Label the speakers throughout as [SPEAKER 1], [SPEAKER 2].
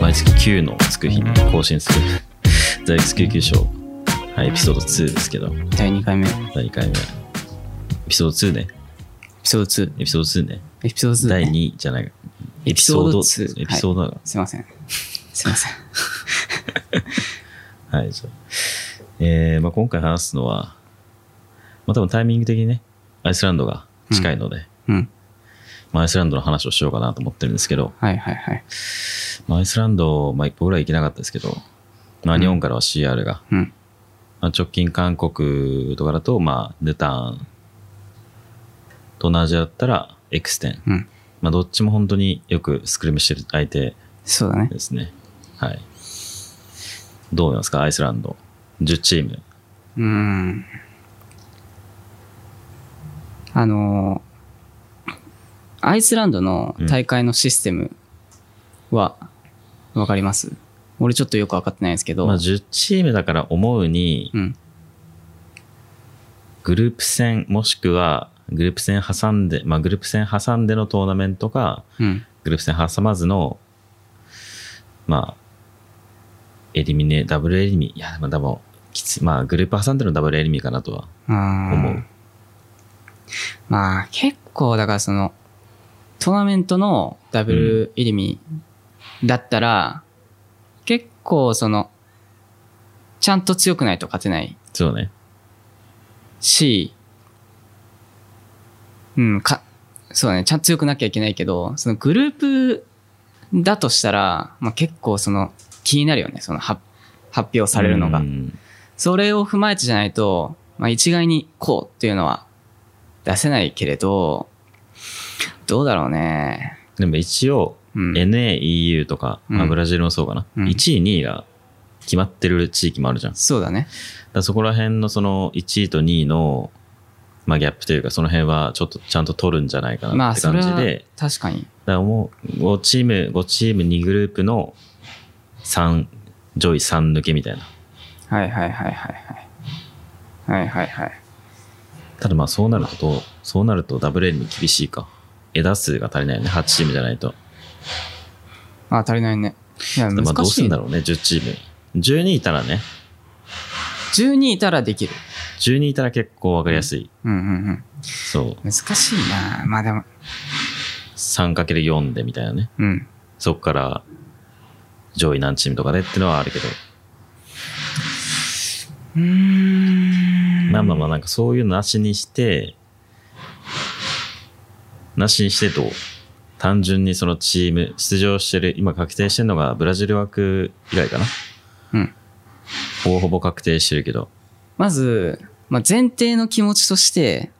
[SPEAKER 1] 毎月9のつく日に更新する 在月救急ショー、はい、エピソード2ですけど、
[SPEAKER 2] 第2回目。エ
[SPEAKER 1] 第2回目。エピソード2ね。
[SPEAKER 2] ピソード
[SPEAKER 1] エピソード2ね。
[SPEAKER 2] 2。エピソード2。
[SPEAKER 1] 第2じゃない。
[SPEAKER 2] エピソード2
[SPEAKER 1] エピソードが。
[SPEAKER 2] すいません。すいません。
[SPEAKER 1] はい、じゃあえーまあ、今回話すのは、まあ、多分タイミング的にね、アイスランドが近いので、
[SPEAKER 2] うん。
[SPEAKER 1] まあ、アイスランドの話をしようかなと思ってるんですけど、
[SPEAKER 2] はいはいはい。
[SPEAKER 1] まあ、アイスランド、まあ、一歩ぐらい行けなかったですけど、まあ、
[SPEAKER 2] うん
[SPEAKER 1] 日本からは CR が、
[SPEAKER 2] うん。
[SPEAKER 1] まあ、直近韓国とかだと、まあ、ルターン、東南アジアだったら X10。
[SPEAKER 2] うん。
[SPEAKER 1] まあ、どっちも本当によくスクリームしてる相手
[SPEAKER 2] そうだね。
[SPEAKER 1] ですね。はい。どう思いますか、アイスランド。10チーム。
[SPEAKER 2] うーん。あのーアイスランドの大会のシステムは、わかります、俺ちょっとよくわかってないですけど。
[SPEAKER 1] まあ、10チームだから思うに、
[SPEAKER 2] うん。
[SPEAKER 1] グループ戦、もしくは、グループ戦挟んで、まあ、グループ戦挟んでのトーナメントか、
[SPEAKER 2] うん。
[SPEAKER 1] グループ戦挟まずの、まあ、エリミネ、ダブルエリミ、いや、まあ、でも、きつまあ、グループ挟んでのダブルエリミかなとは
[SPEAKER 2] あー
[SPEAKER 1] 思う。
[SPEAKER 2] まあ結構だからそのトーナメントのダブルイリミだったら、結構そのちゃんと強くないと勝てない
[SPEAKER 1] そうね。
[SPEAKER 2] し、うん、か、そうだね、ちゃんと強くなきゃいけないけど、そのグループだとしたら、まあ結構その気になるよね、その発発表されるのが
[SPEAKER 1] う。ん
[SPEAKER 2] それを踏まえてじゃないと、まあ、一概にこうっていうのは出せないけれど、どうだろうね。
[SPEAKER 1] でも一応、
[SPEAKER 2] うん。
[SPEAKER 1] NA、EU とか、ま
[SPEAKER 2] う
[SPEAKER 1] あ、
[SPEAKER 2] ん
[SPEAKER 1] ブラジルもそうかな。
[SPEAKER 2] うん
[SPEAKER 1] 1位、2位が決まってる地域もあるじゃん。だか
[SPEAKER 2] そうだね。
[SPEAKER 1] らそこら辺のその1位と2位の、まあ、ギャップというか、その辺はちょっとちゃんと取るんじゃないか
[SPEAKER 2] ま
[SPEAKER 1] なっ
[SPEAKER 2] あ、
[SPEAKER 1] て
[SPEAKER 2] そ
[SPEAKER 1] 感
[SPEAKER 2] れ
[SPEAKER 1] じで、
[SPEAKER 2] は確か
[SPEAKER 1] だ
[SPEAKER 2] に。
[SPEAKER 1] からもう5チーム、5チーム2グループの3、上位3抜けみたいな。
[SPEAKER 2] はいはいはいはいはい。はいはいはい。
[SPEAKER 1] ただまあそうなると、そうなるとダブルエリに厳しいか。枝数が足りないよね、8チームじゃないと。
[SPEAKER 2] まあ、足りないね。いや、難
[SPEAKER 1] まあどうす
[SPEAKER 2] し
[SPEAKER 1] る
[SPEAKER 2] い。
[SPEAKER 1] んだろうね、10チーム。12いたらね、
[SPEAKER 2] 12いたらできる。
[SPEAKER 1] 12いたら結構わかりやすい。
[SPEAKER 2] うんうん
[SPEAKER 1] そう。
[SPEAKER 2] うん。難しいなまあでも、
[SPEAKER 1] 3×4 でみたいなね。
[SPEAKER 2] うん。
[SPEAKER 1] そこから上位何チームとかでってのはあるけど。
[SPEAKER 2] うーん。
[SPEAKER 1] まあまあまあ、なんかそういうのなしにして、なしにしてと、単純にそのチーム、出場してる、今確定してるのがブラジル枠以外かな。
[SPEAKER 2] うん。
[SPEAKER 1] ほぼほぼ確定してるけど。
[SPEAKER 2] まず、まあ、前提の気持ちとして、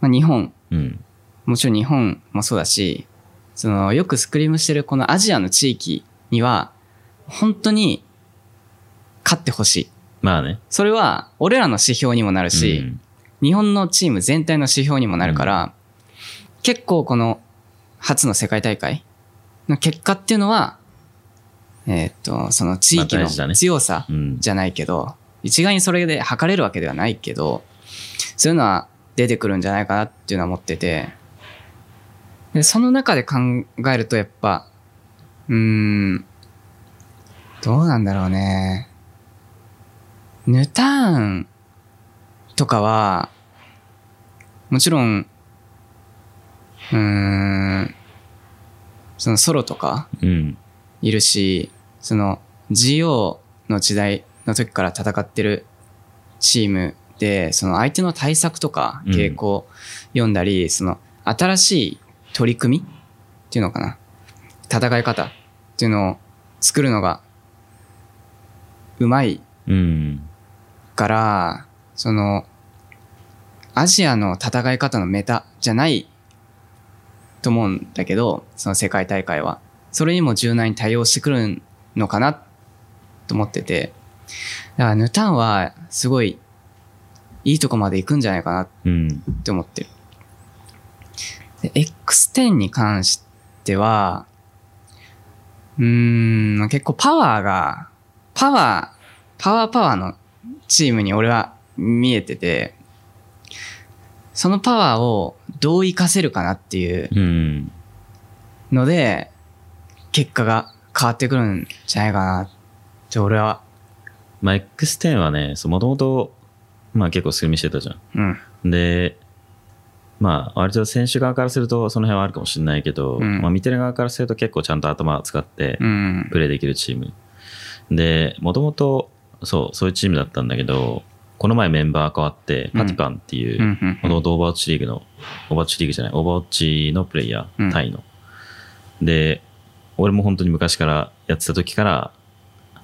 [SPEAKER 2] まあ、日本、
[SPEAKER 1] うん。
[SPEAKER 2] もちろん日本もそうだし、そのよくスクリームしてるこのアジアの地域には、本当に勝ってほしい。
[SPEAKER 1] まあね。
[SPEAKER 2] それは俺らの指標にもなる
[SPEAKER 1] う
[SPEAKER 2] し、
[SPEAKER 1] ん
[SPEAKER 2] 日本のチーム全体の指標にもなるから、結構この初の世界大会の結果っていうのは、えーっと、その地域
[SPEAKER 1] まあ
[SPEAKER 2] の
[SPEAKER 1] 大事だね
[SPEAKER 2] 強さ、
[SPEAKER 1] うん。
[SPEAKER 2] じゃないけど、一概にそれで測れるわけではないけど、そういうのは出てくるんじゃないかなっていうのは思ってて、で、その中で考えるとやっぱ、うーん、どうなんだろうね。ヌターンとかは、もちろん、うーん、そのソロとか、
[SPEAKER 1] うん。
[SPEAKER 2] いるし、その GO の時代の時から戦ってるチームで、その相手の対策とか
[SPEAKER 1] うん
[SPEAKER 2] 傾向読んだり、その新しい取り組みっていうのかな。戦い方っていうのを作るのがうまい
[SPEAKER 1] うん。
[SPEAKER 2] から、その、アジアの戦い方のメタじゃないと思うんだけど、その世界大会は。それにも柔軟に対応してくるのかなと思ってて。だから、ヌタンはすごいいいとこまで行くんじゃないかな
[SPEAKER 1] うん。
[SPEAKER 2] って思ってる。で X10 に関しては、うーん、結構パワーが、パワー、パワーパワーのチームに俺は見えてて、そのパワーをどう活かせるかなっていう
[SPEAKER 1] うん。
[SPEAKER 2] ので、結果が変わってくるんじゃないかなって俺は、
[SPEAKER 1] まあ、X10 はね、もともと、まあ結構スルミしてたじゃ
[SPEAKER 2] うん、
[SPEAKER 1] ん。で、まあ、割と選手側からすると、その辺はあるかもしれないけど、
[SPEAKER 2] うん
[SPEAKER 1] まあ見てる側からすると結構ちゃんと頭を使って
[SPEAKER 2] う、ん、
[SPEAKER 1] プレーできるチーム。で、もともと、そう、そういうチームだったんだけど、この前メンバー変わって、パティパンっていう、
[SPEAKER 2] うん、うん
[SPEAKER 1] もともとオーバーウォッチリーグの、オーバーウォッチリーグじゃない、オーバーウォッチのプレイヤ
[SPEAKER 2] うん
[SPEAKER 1] ー、タイの。で、俺も本当に昔からやってた時から、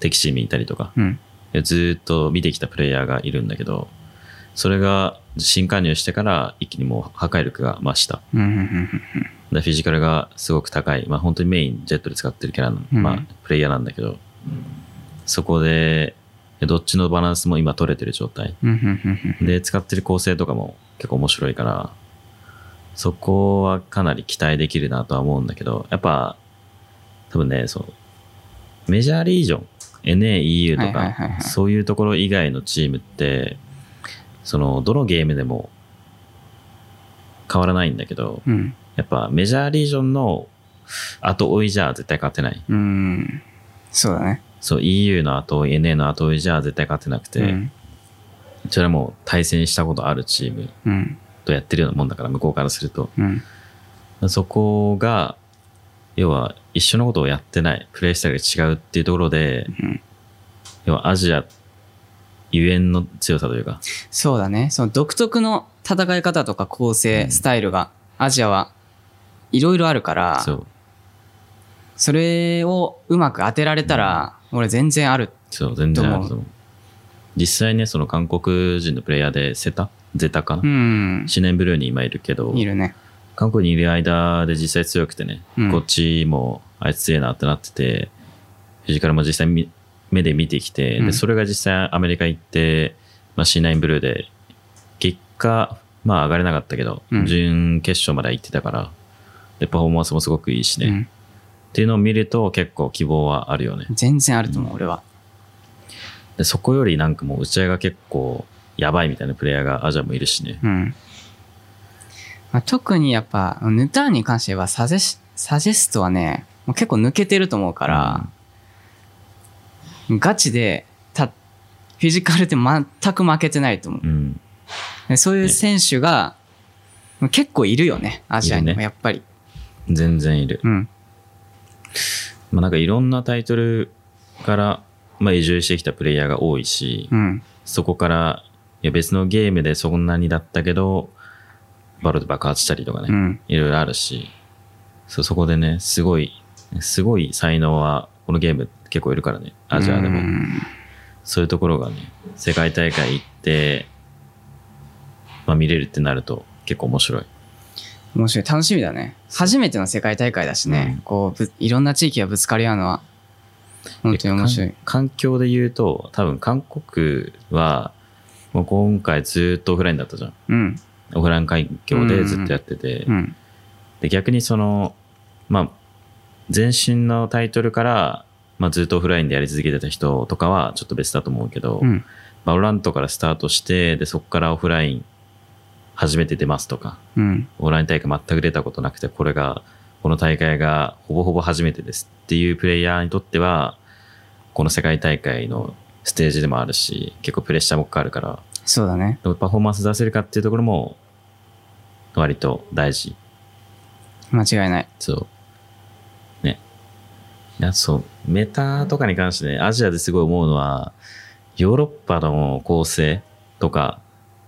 [SPEAKER 1] 敵チームにいたりとか、
[SPEAKER 2] うん、
[SPEAKER 1] ずーっと見てきたプレイヤーがいるんだけど、それが新加入してから一気にもう破壊力が増した。
[SPEAKER 2] うん、うん、
[SPEAKER 1] でフィジカルがすごく高い、まあ、本当にメインジェットで使ってるキャラの、
[SPEAKER 2] うん
[SPEAKER 1] まあ、プレイヤーなんだけど、そこでどっちのバランスも今取れてる状態
[SPEAKER 2] うん、うん、うん、
[SPEAKER 1] で使ってる構成とかも結構面白いからそこはかなり期待できるなとは思うんだけどやっぱ多分ねそうメジャーリージョン NAEU と
[SPEAKER 2] はいはいはいはい
[SPEAKER 1] かそういうところ以外のチームってそのどのゲームでも変わらないんだけど、
[SPEAKER 2] うん、
[SPEAKER 1] やっぱメジャーリージョンの後追いじゃ絶対勝てない。
[SPEAKER 2] うん、そうだね。
[SPEAKER 1] そう、EU の後追い、NA の後追いじゃ絶対勝てなくて、
[SPEAKER 2] うん、
[SPEAKER 1] それはもう対戦したことあるチーム
[SPEAKER 2] うん、
[SPEAKER 1] とやってるようなもんだから、向こうからすると。
[SPEAKER 2] うん、
[SPEAKER 1] そこが、要は一緒のことをやってない、プレイスタイルが違うっていうところで、
[SPEAKER 2] うん
[SPEAKER 1] 要はアジアゆえんの強さというか、
[SPEAKER 2] そうだね。その独特の戦い方とか構成、
[SPEAKER 1] うん
[SPEAKER 2] スタイルが、アジアはいろいろあるから、
[SPEAKER 1] そう、
[SPEAKER 2] それをうまく当てられたら、俺全然ある。
[SPEAKER 1] そう、全然あ
[SPEAKER 2] ど
[SPEAKER 1] る
[SPEAKER 2] う
[SPEAKER 1] と思う。実際ね、その韓国人のプレイヤーでセタゼタかな、
[SPEAKER 2] うん、
[SPEAKER 1] シネンブルーに今いるけど、
[SPEAKER 2] いるね。
[SPEAKER 1] 韓国にいる間で実際強くてね、
[SPEAKER 2] うん
[SPEAKER 1] こっちもあいつ強いなってなってて、フィジカルも実際み目で見てきて、
[SPEAKER 2] うん
[SPEAKER 1] で、それが実際アメリカ行って、まあ、C9 ブルーで、結果、まあ上がれなかったけど、
[SPEAKER 2] うん
[SPEAKER 1] 準決勝までは行ってたから、で、パフォーマンスもすごくいいしね、
[SPEAKER 2] う
[SPEAKER 1] っ
[SPEAKER 2] ん、
[SPEAKER 1] ていうのを見ると結構希望はあるよね。
[SPEAKER 2] 全然あると思う、俺は。
[SPEAKER 1] で、そこよりなんかもう打ち合いが結構やばいみたいなプレイヤーがアジアもいるしね。
[SPEAKER 2] うんまあ、特にやっぱヌターンに関してはサジェスサジェストはねもう結構抜けてると思うから、ガチでたフィジカルで全く負けてないと思う
[SPEAKER 1] うん。
[SPEAKER 2] でそういう
[SPEAKER 1] ね
[SPEAKER 2] 選手が、結構いるよねアジア
[SPEAKER 1] い
[SPEAKER 2] に
[SPEAKER 1] る
[SPEAKER 2] も
[SPEAKER 1] ね
[SPEAKER 2] やっぱり、
[SPEAKER 1] 全然いる。
[SPEAKER 2] うん
[SPEAKER 1] まあ、なんかいろんなタイトルから、まあ、移住してきたプレイヤーが多いし、
[SPEAKER 2] うん
[SPEAKER 1] そこからいや別のゲームでそんなにだったけどバロで爆発したりとかね、
[SPEAKER 2] うん
[SPEAKER 1] いろいろあるしそうそこでねすごいすごい才能はこのゲーム結構いるからねアジアでも、
[SPEAKER 2] うん
[SPEAKER 1] そういうところがね世界大会行って、まあ、見れるってなると結構面白い
[SPEAKER 2] 面白い楽しみだね初めての世界大会だしね、
[SPEAKER 1] うん
[SPEAKER 2] こうぶいろんな地域がぶつかり合うのは本当に面白い
[SPEAKER 1] でかん環境で言うと多分韓国はもう今回ずっとオフラインだったじゃん
[SPEAKER 2] うん
[SPEAKER 1] オフライン環境でずっとやってて、
[SPEAKER 2] うん
[SPEAKER 1] で逆にその、まあ、前身のタイトルから、まあ、ずっとオフラインでやり続けてた人とかはちょっと別だと思うけど、
[SPEAKER 2] うん
[SPEAKER 1] バロラントからスタートしてでそこからオフライン初めて出ますとか
[SPEAKER 2] うん
[SPEAKER 1] オフライン大会全く出たことなくてこれがこの大会がほぼほぼ初めてですっていうプレイヤーにとってはこの世界大会のステージでもあるし結構プレッシャーもかかるから
[SPEAKER 2] そうだね
[SPEAKER 1] どうパフォーマンス出せるかっていうところも割と大事
[SPEAKER 2] 間違いない
[SPEAKER 1] そう。ね。いや、そう、メタとかに関してね、アジアですごい思うのは、ヨーロッパの構成とか、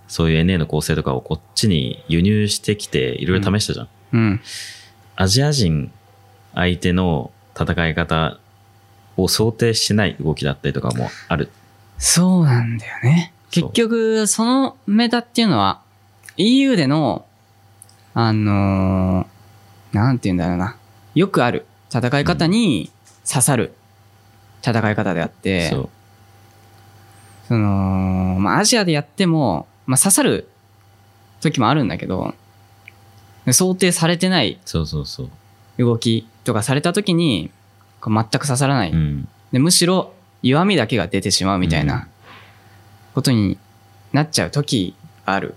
[SPEAKER 1] そういう NA の構成とかをこっちに輸入してきて、いろいろ試したじゃん。
[SPEAKER 2] うん。
[SPEAKER 1] アジア人相手の戦い方を想定してない動きだったりとかもある。
[SPEAKER 2] そうなんだよね。
[SPEAKER 1] そう
[SPEAKER 2] 結局、そのメタっていうのは、EU での、あのーなんて言うんだろうな。よくある戦い方に刺さる戦い方であって、
[SPEAKER 1] そう。
[SPEAKER 2] その、まあ、アジアでやっても、まあ、刺さる時もあるんだけど、想定されてない
[SPEAKER 1] そうそうそう。
[SPEAKER 2] 動きとかされた時に、こう全く刺さらない
[SPEAKER 1] うん。
[SPEAKER 2] でむしろ弱みだけが出てしまうみたい
[SPEAKER 1] うん
[SPEAKER 2] なことになっちゃう時がある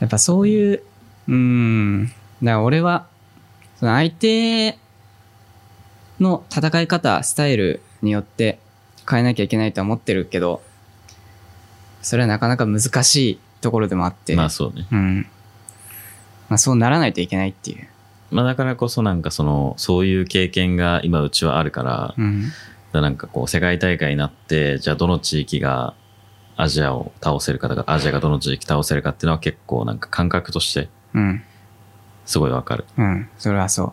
[SPEAKER 2] やっぱそういううーんだから俺はその相手の戦い方、スタイルによって変えなきゃいけないとは思ってるけど、それはなかなか難しいところでもあって、
[SPEAKER 1] まあそうね。
[SPEAKER 2] うん。まあそうならないといけないっていう。
[SPEAKER 1] まあだからこそなんかその、そういう経験が今うちはあるから、
[SPEAKER 2] うん。
[SPEAKER 1] なんかこう世界大会になって、じゃあどの地域がアジアを倒せるかとか、アジアがどの地域倒せるかっていうのは結構なんか感覚として
[SPEAKER 2] うん。
[SPEAKER 1] すごいわかる。
[SPEAKER 2] うん。それはそ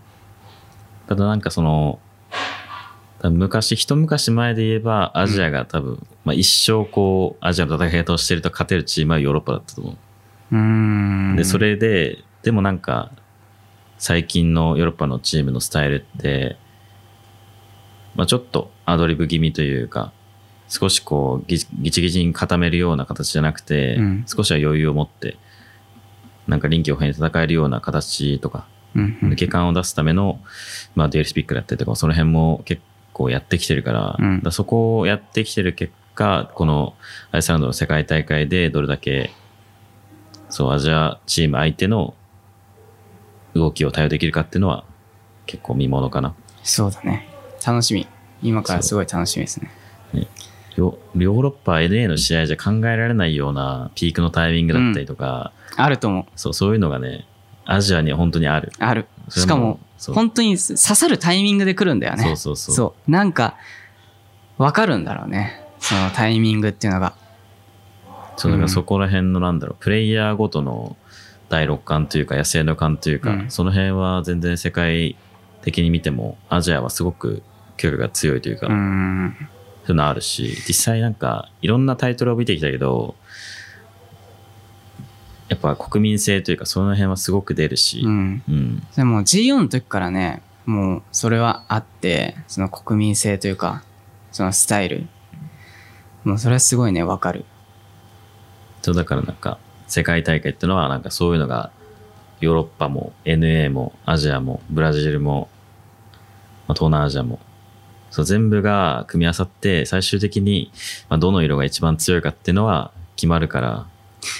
[SPEAKER 1] ただなんかその、多分昔、一昔前で言えばアジアが多分、まあ一生こうアジアの戦い方をしてると勝てるチームはヨーロッパだったと思う。
[SPEAKER 2] う。うーん。
[SPEAKER 1] で、そ。れで、でもなんか、最近のヨーロッパのチームのスタイルって、まあ、ちょっとアドリブ気味というか、少しこうギチ、ギチギチに固めるような形じゃなくて、
[SPEAKER 2] うん
[SPEAKER 1] 少しは余裕を持って、なんか臨機応変に戦えるような形とか、
[SPEAKER 2] うん、うん。
[SPEAKER 1] 抜け感を出すための、まあ、デュエルスピックだったりとか、その辺も結構やってきてるから、
[SPEAKER 2] うん
[SPEAKER 1] だからそこをやってきてる結果、このアイスランドの世界大会でどれだけ、そう、アジアチーム相手の動きを対応できるかっていうのは、結構見ものかな。
[SPEAKER 2] そうだね。楽しみ。今からすごい楽しみですね。
[SPEAKER 1] ヨヨーロッパ NA の試合じゃ考えられないようなピークのタイミングだったりとか、
[SPEAKER 2] あると思う。
[SPEAKER 1] そう、そういうのがね、アジアには本当にある。
[SPEAKER 2] ある。
[SPEAKER 1] それ
[SPEAKER 2] しかも、、
[SPEAKER 1] そう
[SPEAKER 2] 本当に刺さるタイミングで来るんだよね。
[SPEAKER 1] そうそうそう
[SPEAKER 2] そう。なんか、わかるんだろうね。そのタイミングっていうのが。
[SPEAKER 1] そうだか
[SPEAKER 2] うん
[SPEAKER 1] らそこら辺のなんだろう、プレイヤーごとの第六感というか野生の感というか、
[SPEAKER 2] うん
[SPEAKER 1] その辺は全然世界的に見てもアジアはすごく距離が強いというか、
[SPEAKER 2] うーん。
[SPEAKER 1] そういうのあるし実際なんかいろんなタイトルを見てきたけどやっぱ国民性というかその辺はすごく出るし、
[SPEAKER 2] うん。
[SPEAKER 1] うん
[SPEAKER 2] でも G4 の時からね、もうそれはあって、その国民性というか、そのスタイル。もうそれはすごいね、わかる。
[SPEAKER 1] そうだからなんか世界大会ってのはなんかそういうのがヨーロッパも NA もアジアもブラジルも、まあ、東南アジアもそう全部が組み合わさって最終的にまあどの色が一番強いかっていうのは決まるから、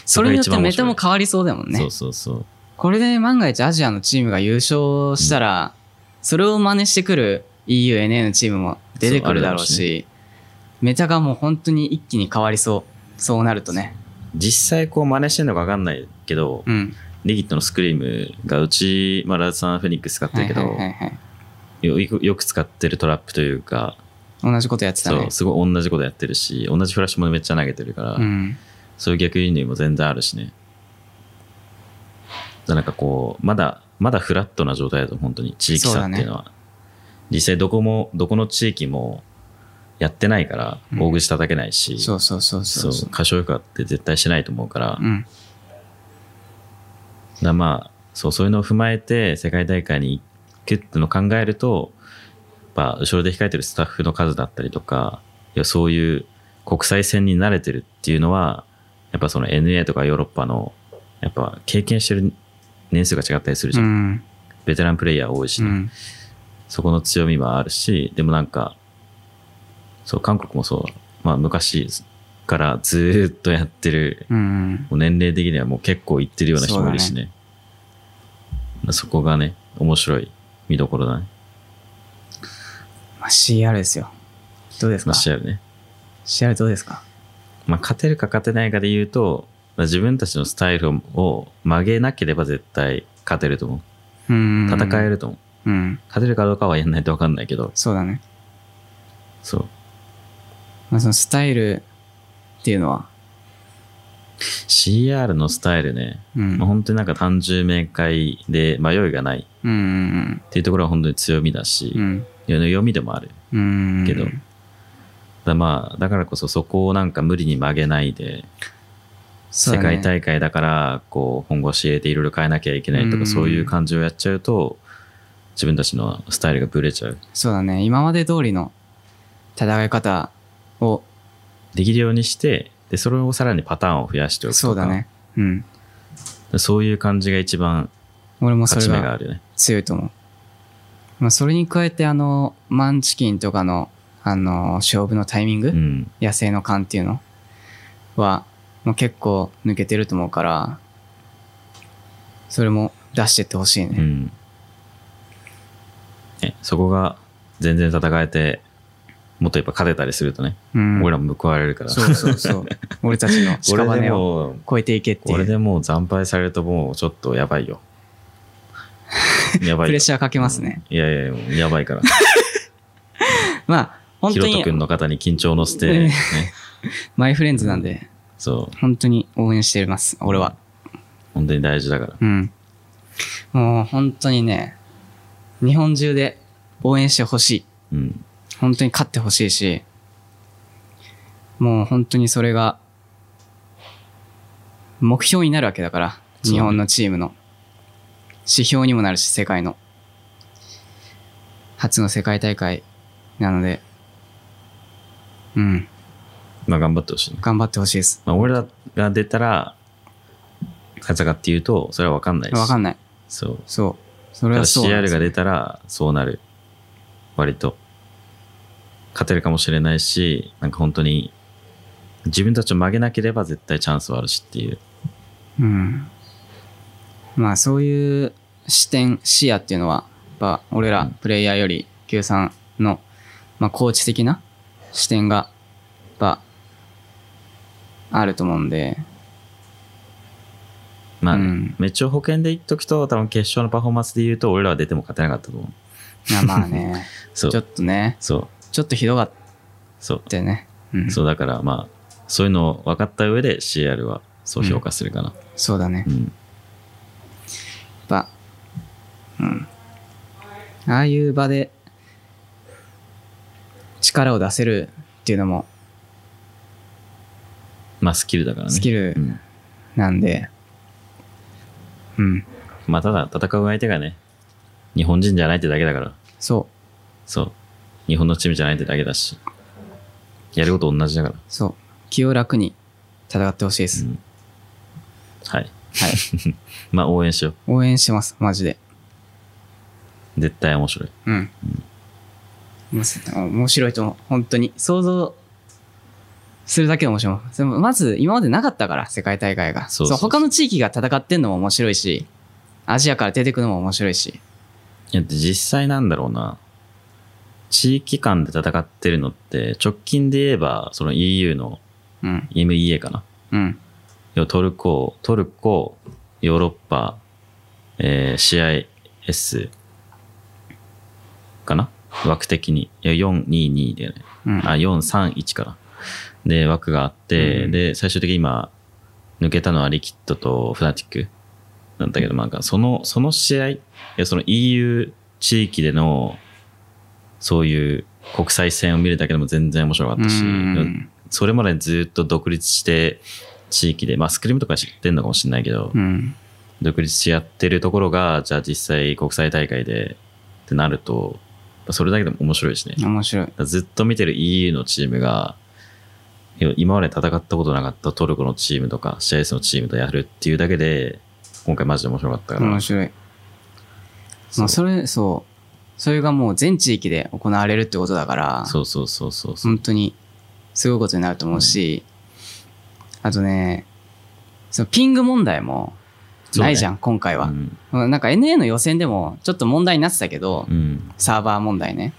[SPEAKER 2] それによってメタも変わりそうだもんね。
[SPEAKER 1] そうそうそう
[SPEAKER 2] これで万が一アジアのチームが優勝したら、それを真似してくる EUNA のチームも出てくるだろうし
[SPEAKER 1] そうあ
[SPEAKER 2] メタがもう本当に一気に変わりそうそうなるとね
[SPEAKER 1] 実際こう真似してるのか分かんないけど、
[SPEAKER 2] うん
[SPEAKER 1] リギットのスクリームがうち、まあ、ラズさんフェニックス使ってるけど、
[SPEAKER 2] はいはいはいはい、
[SPEAKER 1] よよくよく使ってるトラップというか
[SPEAKER 2] 同じことやってた
[SPEAKER 1] そ
[SPEAKER 2] ね
[SPEAKER 1] うすごい同じことやってるし同じフラッシュもめっちゃ投げてるから、
[SPEAKER 2] うん
[SPEAKER 1] そういう逆輸入も全然あるしね。だからなんかこう、まだ、まだフラットな状態だと、本当に、地域差っていうのは。実際、どこも、どこの地域もやってないから
[SPEAKER 2] う、ん
[SPEAKER 1] 大口叩けないし、
[SPEAKER 2] そうそうそうそう
[SPEAKER 1] そうう、過小評価って絶対しないと思うから、だか
[SPEAKER 2] ん
[SPEAKER 1] らまあ、そう、そういうのを踏まえて、世界大会に行くっていうのを考えると、やっぱ、後ろで控えてるスタッフの数だったりとか、いやそういう国際線に慣れてるっていうのは、やっぱその NA とかヨーロッパの、やっぱ経験してる年数が違ったりするじ
[SPEAKER 2] う
[SPEAKER 1] ゃん。
[SPEAKER 2] ん
[SPEAKER 1] ベテランプレイヤー多いし
[SPEAKER 2] う
[SPEAKER 1] ね、
[SPEAKER 2] ん
[SPEAKER 1] そこの強みはあるし、でもなんか、そう、韓国もそう、まあ昔からずーっとやってる、
[SPEAKER 2] うん
[SPEAKER 1] もう年齢的にはもう結構いってるような人もいるしね。そこがね、面白い見どころだね。
[SPEAKER 2] まあ CR ですよどうです
[SPEAKER 1] ま
[SPEAKER 2] か
[SPEAKER 1] あ試合ね。
[SPEAKER 2] CR どうですか
[SPEAKER 1] まあ、勝てるか勝てないかで言うと、自分たちのスタイルを曲げなければ絶対勝てると思う。
[SPEAKER 2] うん
[SPEAKER 1] 戦えると思う。
[SPEAKER 2] うん
[SPEAKER 1] 勝てるかどうかはやんないと分かんないけど、
[SPEAKER 2] そうだね
[SPEAKER 1] そう。
[SPEAKER 2] まあそのスタイルっていうのは
[SPEAKER 1] CR のスタイルね、
[SPEAKER 2] うん
[SPEAKER 1] まあ、本当になんか単純明快で迷いがない
[SPEAKER 2] うんうん
[SPEAKER 1] っていうところは本当に強みだし、
[SPEAKER 2] うんうん
[SPEAKER 1] 読みでもある。
[SPEAKER 2] うん
[SPEAKER 1] けどだまあ、だからこそそこをなんか無理に曲げないで、
[SPEAKER 2] そう
[SPEAKER 1] 世
[SPEAKER 2] だね
[SPEAKER 1] 界大会だから、こう、本腰入れていろいろ変えなきゃいけないと
[SPEAKER 2] うん
[SPEAKER 1] か、そういう感じをやっちゃうと、自分たちのスタイルがブレちゃう。
[SPEAKER 2] そうだね今まで通りの戦い方を
[SPEAKER 1] できるようにして、で、それをさらにパターンを増やしておくとか。
[SPEAKER 2] そうだねうん
[SPEAKER 1] そういう感じが一番
[SPEAKER 2] 俺もそ
[SPEAKER 1] 勝ち
[SPEAKER 2] れ
[SPEAKER 1] 目が
[SPEAKER 2] が
[SPEAKER 1] あるよね。
[SPEAKER 2] 強いと思うまあそれに加えてあのマンチキンとかのあの勝負のタイミング、
[SPEAKER 1] うん。
[SPEAKER 2] 野生の勘っていうのはもう結構抜けてると思うからそれも出してってほしいね、
[SPEAKER 1] うん。ねそこが、全然戦えて、もっとやっぱ勝てたりするとね、
[SPEAKER 2] うん、
[SPEAKER 1] 俺らも報われるから。
[SPEAKER 2] そうそうそう 俺たちの
[SPEAKER 1] 俺で
[SPEAKER 2] 屍を
[SPEAKER 1] も、
[SPEAKER 2] 越えていけってい
[SPEAKER 1] 俺
[SPEAKER 2] う
[SPEAKER 1] でもう惨敗されるともうちょっとやばい よ。やばいよ。
[SPEAKER 2] プレッシャーかけますね、
[SPEAKER 1] いやいや、もうやばいから。
[SPEAKER 2] まあ本
[SPEAKER 1] ヒ
[SPEAKER 2] 当
[SPEAKER 1] ロト
[SPEAKER 2] に
[SPEAKER 1] 君の方に緊張のせて、
[SPEAKER 2] ええ
[SPEAKER 1] ね、
[SPEAKER 2] マイフレンズなんで
[SPEAKER 1] そう、
[SPEAKER 2] 本当に応援してます俺は
[SPEAKER 1] 本当に大事だから。
[SPEAKER 2] うんもう本当にね日本中で応援してほしい
[SPEAKER 1] うん。
[SPEAKER 2] 本当に勝ってほしいし、もう本当にそれが、目標になるわけだから、
[SPEAKER 1] そうね
[SPEAKER 2] 日本のチームの。指標にもなるし、世界の。初の世界大会なので、うん、
[SPEAKER 1] まあ頑張ってほしいね。
[SPEAKER 2] 頑張ってほしいです。
[SPEAKER 1] まあ俺らが出たら、勝ちたかっていうと、それは分かんないし。
[SPEAKER 2] わかんない。
[SPEAKER 1] そう。
[SPEAKER 2] そう。それ
[SPEAKER 1] た
[SPEAKER 2] は
[SPEAKER 1] だ
[SPEAKER 2] そうなんです
[SPEAKER 1] CR
[SPEAKER 2] よ
[SPEAKER 1] が出たら、そうなる。割と。勝てるかもしれないし、なんか本当に、自分たちを曲げなければ絶対チャンスはあるしっていう。
[SPEAKER 2] うん。まあそういう視点、視野っていうのは、やっぱ俺
[SPEAKER 1] う
[SPEAKER 2] ら
[SPEAKER 1] ん
[SPEAKER 2] プレイヤーより Q さんの、まあ、コーチ的な視点が、やっぱ、あると思うんで、
[SPEAKER 1] まあね、
[SPEAKER 2] うん
[SPEAKER 1] めっちゃ保険でいっとくと、多分決勝のパフォーマンスで言うと、俺らは出ても勝てなかったと思う。
[SPEAKER 2] いやまあね、
[SPEAKER 1] そう
[SPEAKER 2] ちょ。っとね、
[SPEAKER 1] そう。
[SPEAKER 2] ちょっとひどかっ
[SPEAKER 1] そう。
[SPEAKER 2] たよね。うん、
[SPEAKER 1] そうだからまあそういうのを分かった上で CR はそう評価するかな、
[SPEAKER 2] そうだね。
[SPEAKER 1] うん
[SPEAKER 2] やっぱ、うん。ああいう場で力を出せるっていうのも
[SPEAKER 1] まあスキルだからね
[SPEAKER 2] スキル
[SPEAKER 1] うん
[SPEAKER 2] なんで、うん、
[SPEAKER 1] まあただ戦う相手がね日本人じゃないってだけだから
[SPEAKER 2] そう。
[SPEAKER 1] そう日本のチームじゃないってだけだしやること同じだから、
[SPEAKER 2] そう。気を楽に戦ってほしいで
[SPEAKER 1] う
[SPEAKER 2] す。
[SPEAKER 1] んはい
[SPEAKER 2] はい。
[SPEAKER 1] まあ応援しよ
[SPEAKER 2] 応援してます、マジで。
[SPEAKER 1] う絶対面白い
[SPEAKER 2] うん。面面白いと思う、本当に。想像するだけで面白い。でもまず、今までなかったから、世界大会が。
[SPEAKER 1] そうそうそう
[SPEAKER 2] 他の地域が戦ってんのも面白いし、アジアから出てくのも面白いし。
[SPEAKER 1] だって実際なんだろうな地域間で戦ってるのって直近で言えばその EU の
[SPEAKER 2] うん、
[SPEAKER 1] MEA かな
[SPEAKER 2] うん、
[SPEAKER 1] 要はトルコ、トルコ、ヨーロッパ、えー、CIS かな枠的に。いや、422でね。
[SPEAKER 2] うん。
[SPEAKER 1] あ、431かな。で、枠があって、
[SPEAKER 2] うん
[SPEAKER 1] で、最終的に今、抜けたのはリキッドとフナティックなんだけど、なんか、その、その試合、いや、その EU 地域での、そういう国際戦を見るだけでも全然面白かったし、
[SPEAKER 2] うん
[SPEAKER 1] それまでずっと独立して地域で、まあ、スクリームとか知ってんのかもしれないけど、
[SPEAKER 2] うん。
[SPEAKER 1] 独立してやってるところが、じゃあ実際国際大会でってなると、それだけでも面白いしね。だか
[SPEAKER 2] 面白い。
[SPEAKER 1] らずっと見てる EU のチームが、要は今まで戦ったことなかったトルコのチームとか、CS のチームとやるっていうだけで、今回マジで面白かったから。
[SPEAKER 2] 面白い。まあ、それ、そう。それがもう全地域で行われるってことだから。
[SPEAKER 1] そうそうそうそうそう。
[SPEAKER 2] 本当にすごいことになると思うし、あとね、そのピング問題もないじゃん、今回は
[SPEAKER 1] う、ん。
[SPEAKER 2] なんか NA の予選でもちょっと問題になってたけど、
[SPEAKER 1] うん。
[SPEAKER 2] サーバー問題ね。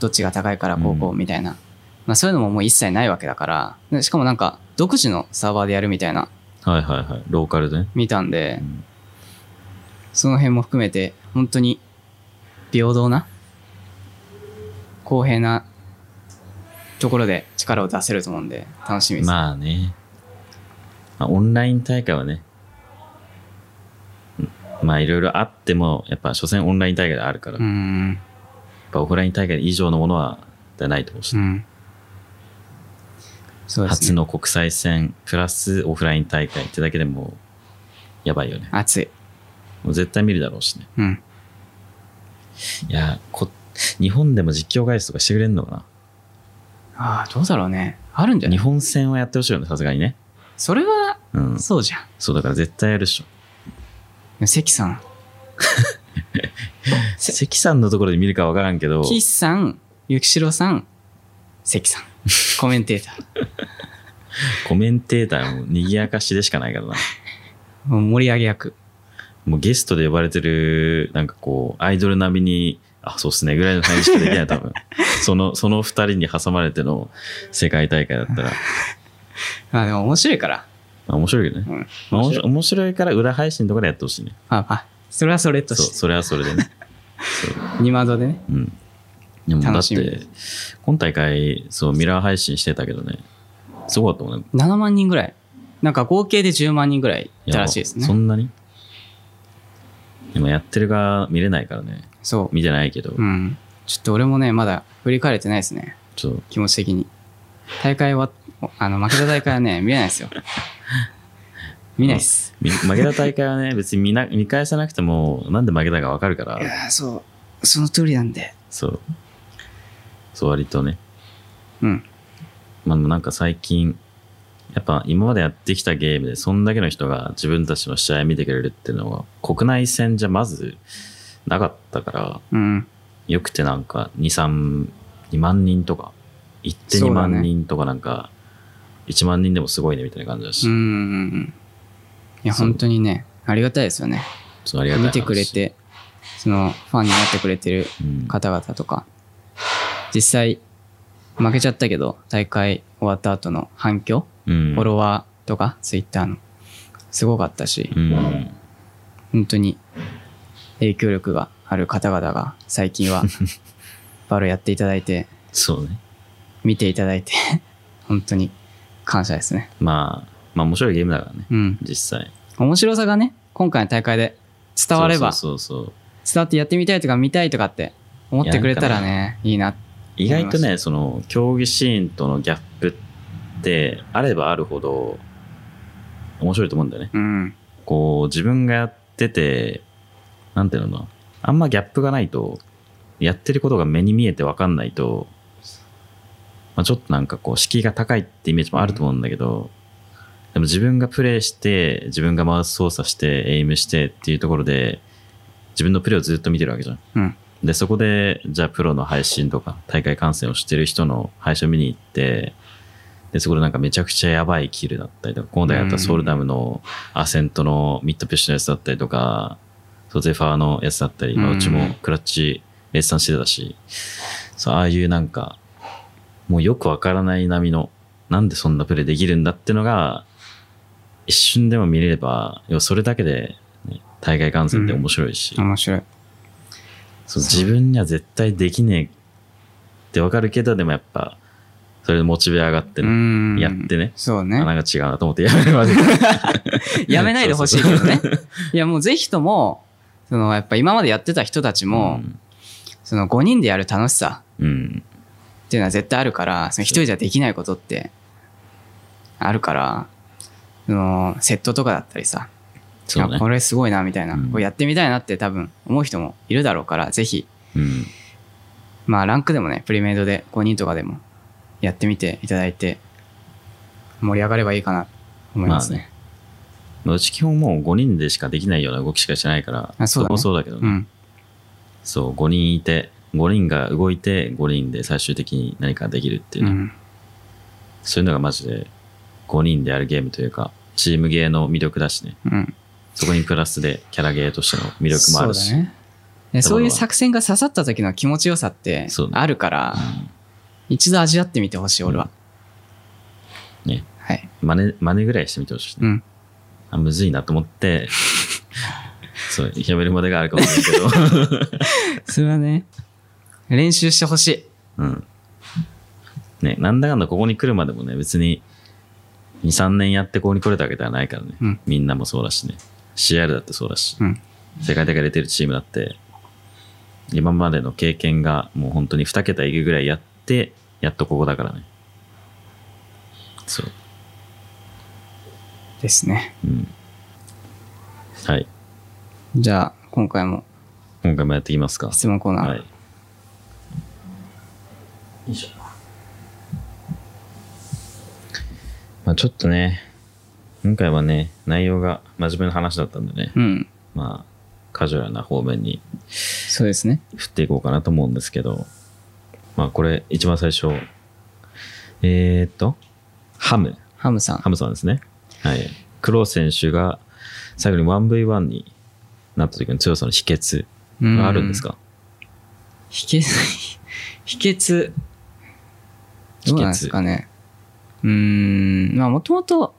[SPEAKER 2] どっちが高いからこうこうみたいな。まあそういうのももう一切ないわけだから、でしかもなんか独自のサーバーでやるみたいな、
[SPEAKER 1] はいはいはい。ローカルでね。
[SPEAKER 2] 見たんで
[SPEAKER 1] う、ん
[SPEAKER 2] その辺も含めて、本当に平等な、公平なところで力を出せると思うんで、楽しみです。
[SPEAKER 1] まあね、まあ、オンライン大会はね、うんまあいろいろあっても、やっぱ所詮オンライン大会であるから、
[SPEAKER 2] う
[SPEAKER 1] やっ
[SPEAKER 2] ん
[SPEAKER 1] ぱオフライン大会以上のものはないと思うし、
[SPEAKER 2] うん。そうですね。
[SPEAKER 1] 初の国際戦プラスオフライン大会ってだけでもやばいよね。
[SPEAKER 2] 熱い。
[SPEAKER 1] もう絶対見るだろうしね。
[SPEAKER 2] うん。
[SPEAKER 1] いやこ、日本でも実況返しとかしてくれんのか
[SPEAKER 2] ああ、どうだろうね。あるんじ
[SPEAKER 1] な
[SPEAKER 2] ゃ
[SPEAKER 1] 日
[SPEAKER 2] ない
[SPEAKER 1] 本戦はやってほしいよね、さすがにね。
[SPEAKER 2] それは、
[SPEAKER 1] うん。
[SPEAKER 2] そうじゃん。
[SPEAKER 1] そうだから絶対やるでしょ。
[SPEAKER 2] でも関さん、せ
[SPEAKER 1] 関さんのところで見るかわからんけど、
[SPEAKER 2] 岸さん、幸四郎さん、関さん。コメンテータ
[SPEAKER 1] コメンテーターも賑やかしでしかないからな。
[SPEAKER 2] ー。もう盛り上げ役。
[SPEAKER 1] もうゲストで呼ばれてる、なんかこう、アイドル並みにあ、そうっすね、ぐらいの感じしかできない、多分。 その、その二人に挟まれての世界大会だったら。
[SPEAKER 2] まあでも面白いから。
[SPEAKER 1] まあ面白いけどね。
[SPEAKER 2] うん。
[SPEAKER 1] まあ面
[SPEAKER 2] 面
[SPEAKER 1] 白
[SPEAKER 2] 白
[SPEAKER 1] い面白いから裏配信とかでやってほしいね。
[SPEAKER 2] まあまあ、それはそれと
[SPEAKER 1] そう、
[SPEAKER 2] して。
[SPEAKER 1] それはそれでね。そう
[SPEAKER 2] 二窓でね。
[SPEAKER 1] うん。でもだ
[SPEAKER 2] 楽
[SPEAKER 1] っ
[SPEAKER 2] しみ
[SPEAKER 1] て、今大会、そう、ミラー配信してたけどね、すごかったもんね。
[SPEAKER 2] 7万人ぐらい。なんか合計で10万人ぐらいいたらしいです
[SPEAKER 1] やそ
[SPEAKER 2] ね。
[SPEAKER 1] んなにでもやってる側見れないからね。
[SPEAKER 2] そう。
[SPEAKER 1] 見てないけど、
[SPEAKER 2] うん。ちょっと俺もね、まだ振り返れてないですね。
[SPEAKER 1] ちょっと、
[SPEAKER 2] 気持ち的に。大会は、あの、負けた大会はね、 見れないですよ。見ないっす。
[SPEAKER 1] み負けた大会はね、別に見な見返さなくても、なんで負けたかわかるから
[SPEAKER 2] い、やーそう。その通りなんで。
[SPEAKER 1] そう。そう、割とね。
[SPEAKER 2] うん。
[SPEAKER 1] まあ、でもなんか最近、やっぱ今までやってきたゲームで、そんだけの人が自分たちの試合見てくれるっていうのは、国内戦じゃまずなかったから、
[SPEAKER 2] うん。
[SPEAKER 1] よくてなんか2、3、2万人とか、行って2
[SPEAKER 2] そうだ
[SPEAKER 1] 万
[SPEAKER 2] ね
[SPEAKER 1] 人とかなんか、1万人でもすごいねみたいな感じだし、
[SPEAKER 2] うんうんうん。いや、
[SPEAKER 1] そう
[SPEAKER 2] 本当にね、ありがたいですよね。
[SPEAKER 1] そうありがたい
[SPEAKER 2] 見
[SPEAKER 1] 話
[SPEAKER 2] てくれ、て、その、ファンになってくれてる
[SPEAKER 1] うん、
[SPEAKER 2] 方々とか、実際、負けちゃったけど、大会終わった後の反響、
[SPEAKER 1] うん
[SPEAKER 2] フォロワーとか、ツイッターの、すごかったし、
[SPEAKER 1] うん、
[SPEAKER 2] 本当に影響力がある方々が、最 近は、バロやっていただいて、
[SPEAKER 1] そうね。
[SPEAKER 2] 見ていただいて、 本当に感謝ですね。
[SPEAKER 1] まあ、まあ面白いゲームだからね、
[SPEAKER 2] うん。
[SPEAKER 1] 実際。
[SPEAKER 2] 面白さがね、今回の大会で伝われば、
[SPEAKER 1] そうそうそう。
[SPEAKER 2] 伝わってやってみたいとか見たいとかって思ってくれたらね、いいな。
[SPEAKER 1] 意外とね、その競技シーンとのギャップってあればあるほど面白いと思うんだよね。
[SPEAKER 2] うん。
[SPEAKER 1] こう自分がやってて、なんていうのかな、あんまギャップがないと、やってることが目に見えて分かんないと、まあ、ちょっとなんかこう敷居が高いってイメージもあると思うんだけど、でも自分がプレイして、自分がマウス操作して、エイムしてっていうところで、自分のプレイをずっと見てるわけじゃん。
[SPEAKER 2] うん。
[SPEAKER 1] で、そこで、じゃあプロの配信とか、大会観戦をしてる人の配信を見に行って、で、そこでなんかめちゃくちゃやばいキルだったりとか、今度やったソウルダムのアセントのミッドプッシュのやつだったりとか、そうゼファーのやつだったり、まあ
[SPEAKER 2] うん
[SPEAKER 1] うちもクラッチレッサンしてたし、そう、ああいうなんか、もうよくわからない波の、なんでそんなプレイできるんだってのが、一瞬でも見れれば、要はそれだけでね、大会観戦って面白いし、
[SPEAKER 2] 面白い。
[SPEAKER 1] そう自分には絶対できねえってわかるけど、でもやっぱ、それでモチベ上がって
[SPEAKER 2] う
[SPEAKER 1] ね、
[SPEAKER 2] ん。
[SPEAKER 1] やってね、
[SPEAKER 2] そう
[SPEAKER 1] あな
[SPEAKER 2] ね。
[SPEAKER 1] んか違うなと思ってやめるま で。
[SPEAKER 2] やめないでほしいけどね。 いや、もうぜひとも、その、やっぱ今までやってた人たちも、その5人でやる楽しさ
[SPEAKER 1] うん、うん。
[SPEAKER 2] っていうのは絶対あるから、その1人じゃできないことってあるから、その、セットとかだったりさ、
[SPEAKER 1] そう
[SPEAKER 2] あ
[SPEAKER 1] ね
[SPEAKER 2] こ。れすごいなみたいな、
[SPEAKER 1] うん
[SPEAKER 2] これやってみたいなって多分思う人もいるだろうから、ぜひ、
[SPEAKER 1] うん。
[SPEAKER 2] まあランクでもね、プリメイドで5人とかでもやってみていただいて、盛り上がればいいかなと思いますね。
[SPEAKER 1] まあうち基本もう5人でしかできないような動きしかしてないから、
[SPEAKER 2] あそうだね
[SPEAKER 1] こもそうだけどね、そう、5人いて、5人が動いて、5人で最終的に何かできるっていううね、
[SPEAKER 2] ん。うん。
[SPEAKER 1] そういうのがマジで5人でやるゲームというか、チームゲーの魅力だしね。
[SPEAKER 2] うん。
[SPEAKER 1] そこにプラスでキャラゲーとしての魅力もあるし。
[SPEAKER 2] そうだね。でそういう作戦が刺さった時の気持ちよさって
[SPEAKER 1] そうだね
[SPEAKER 2] あるから、一度味わってみてほしい、俺は。
[SPEAKER 1] うんね。
[SPEAKER 2] はい。
[SPEAKER 1] 真似、真似ぐらいしてみてほしいね、
[SPEAKER 2] うん。
[SPEAKER 1] あ、むずいなと思 って、そう、やめるまでがあるかもしれ ないけど、
[SPEAKER 2] それはね、練習してほしい。
[SPEAKER 1] うん。ね、なんだかんだここに来るまでもね、別に、2、3年やってここに来れたわけではないからね。
[SPEAKER 2] うん
[SPEAKER 1] みんなもそうだしね。CR だってそうだし、
[SPEAKER 2] うん。
[SPEAKER 1] 世界大会出てるチームだって、今までの経験がもう本当に2桁いくぐらいやって、やっとここだからね。そう。
[SPEAKER 2] ですね。
[SPEAKER 1] うん。はい。
[SPEAKER 2] じゃあ、今回も
[SPEAKER 1] 今回もやっていきますか。
[SPEAKER 2] 質問コーナー。
[SPEAKER 1] はい。よいしょ。まあちょっとね、今回はね、内容が真面目な話だったんでね、
[SPEAKER 2] うん。
[SPEAKER 1] まあ、カジュアルな方面に
[SPEAKER 2] そうですね。
[SPEAKER 1] 振っていこうかなと思うんですけど、まあこれ、一番最初、えー、っと、ハム、
[SPEAKER 2] ハムさん。
[SPEAKER 1] ハムさんですね。はい。クロー選手が最後に 1V1 になった時の強さの秘訣があるんですか、
[SPEAKER 2] 秘訣、秘訣、どうなんですかね。うーん、まあもともと、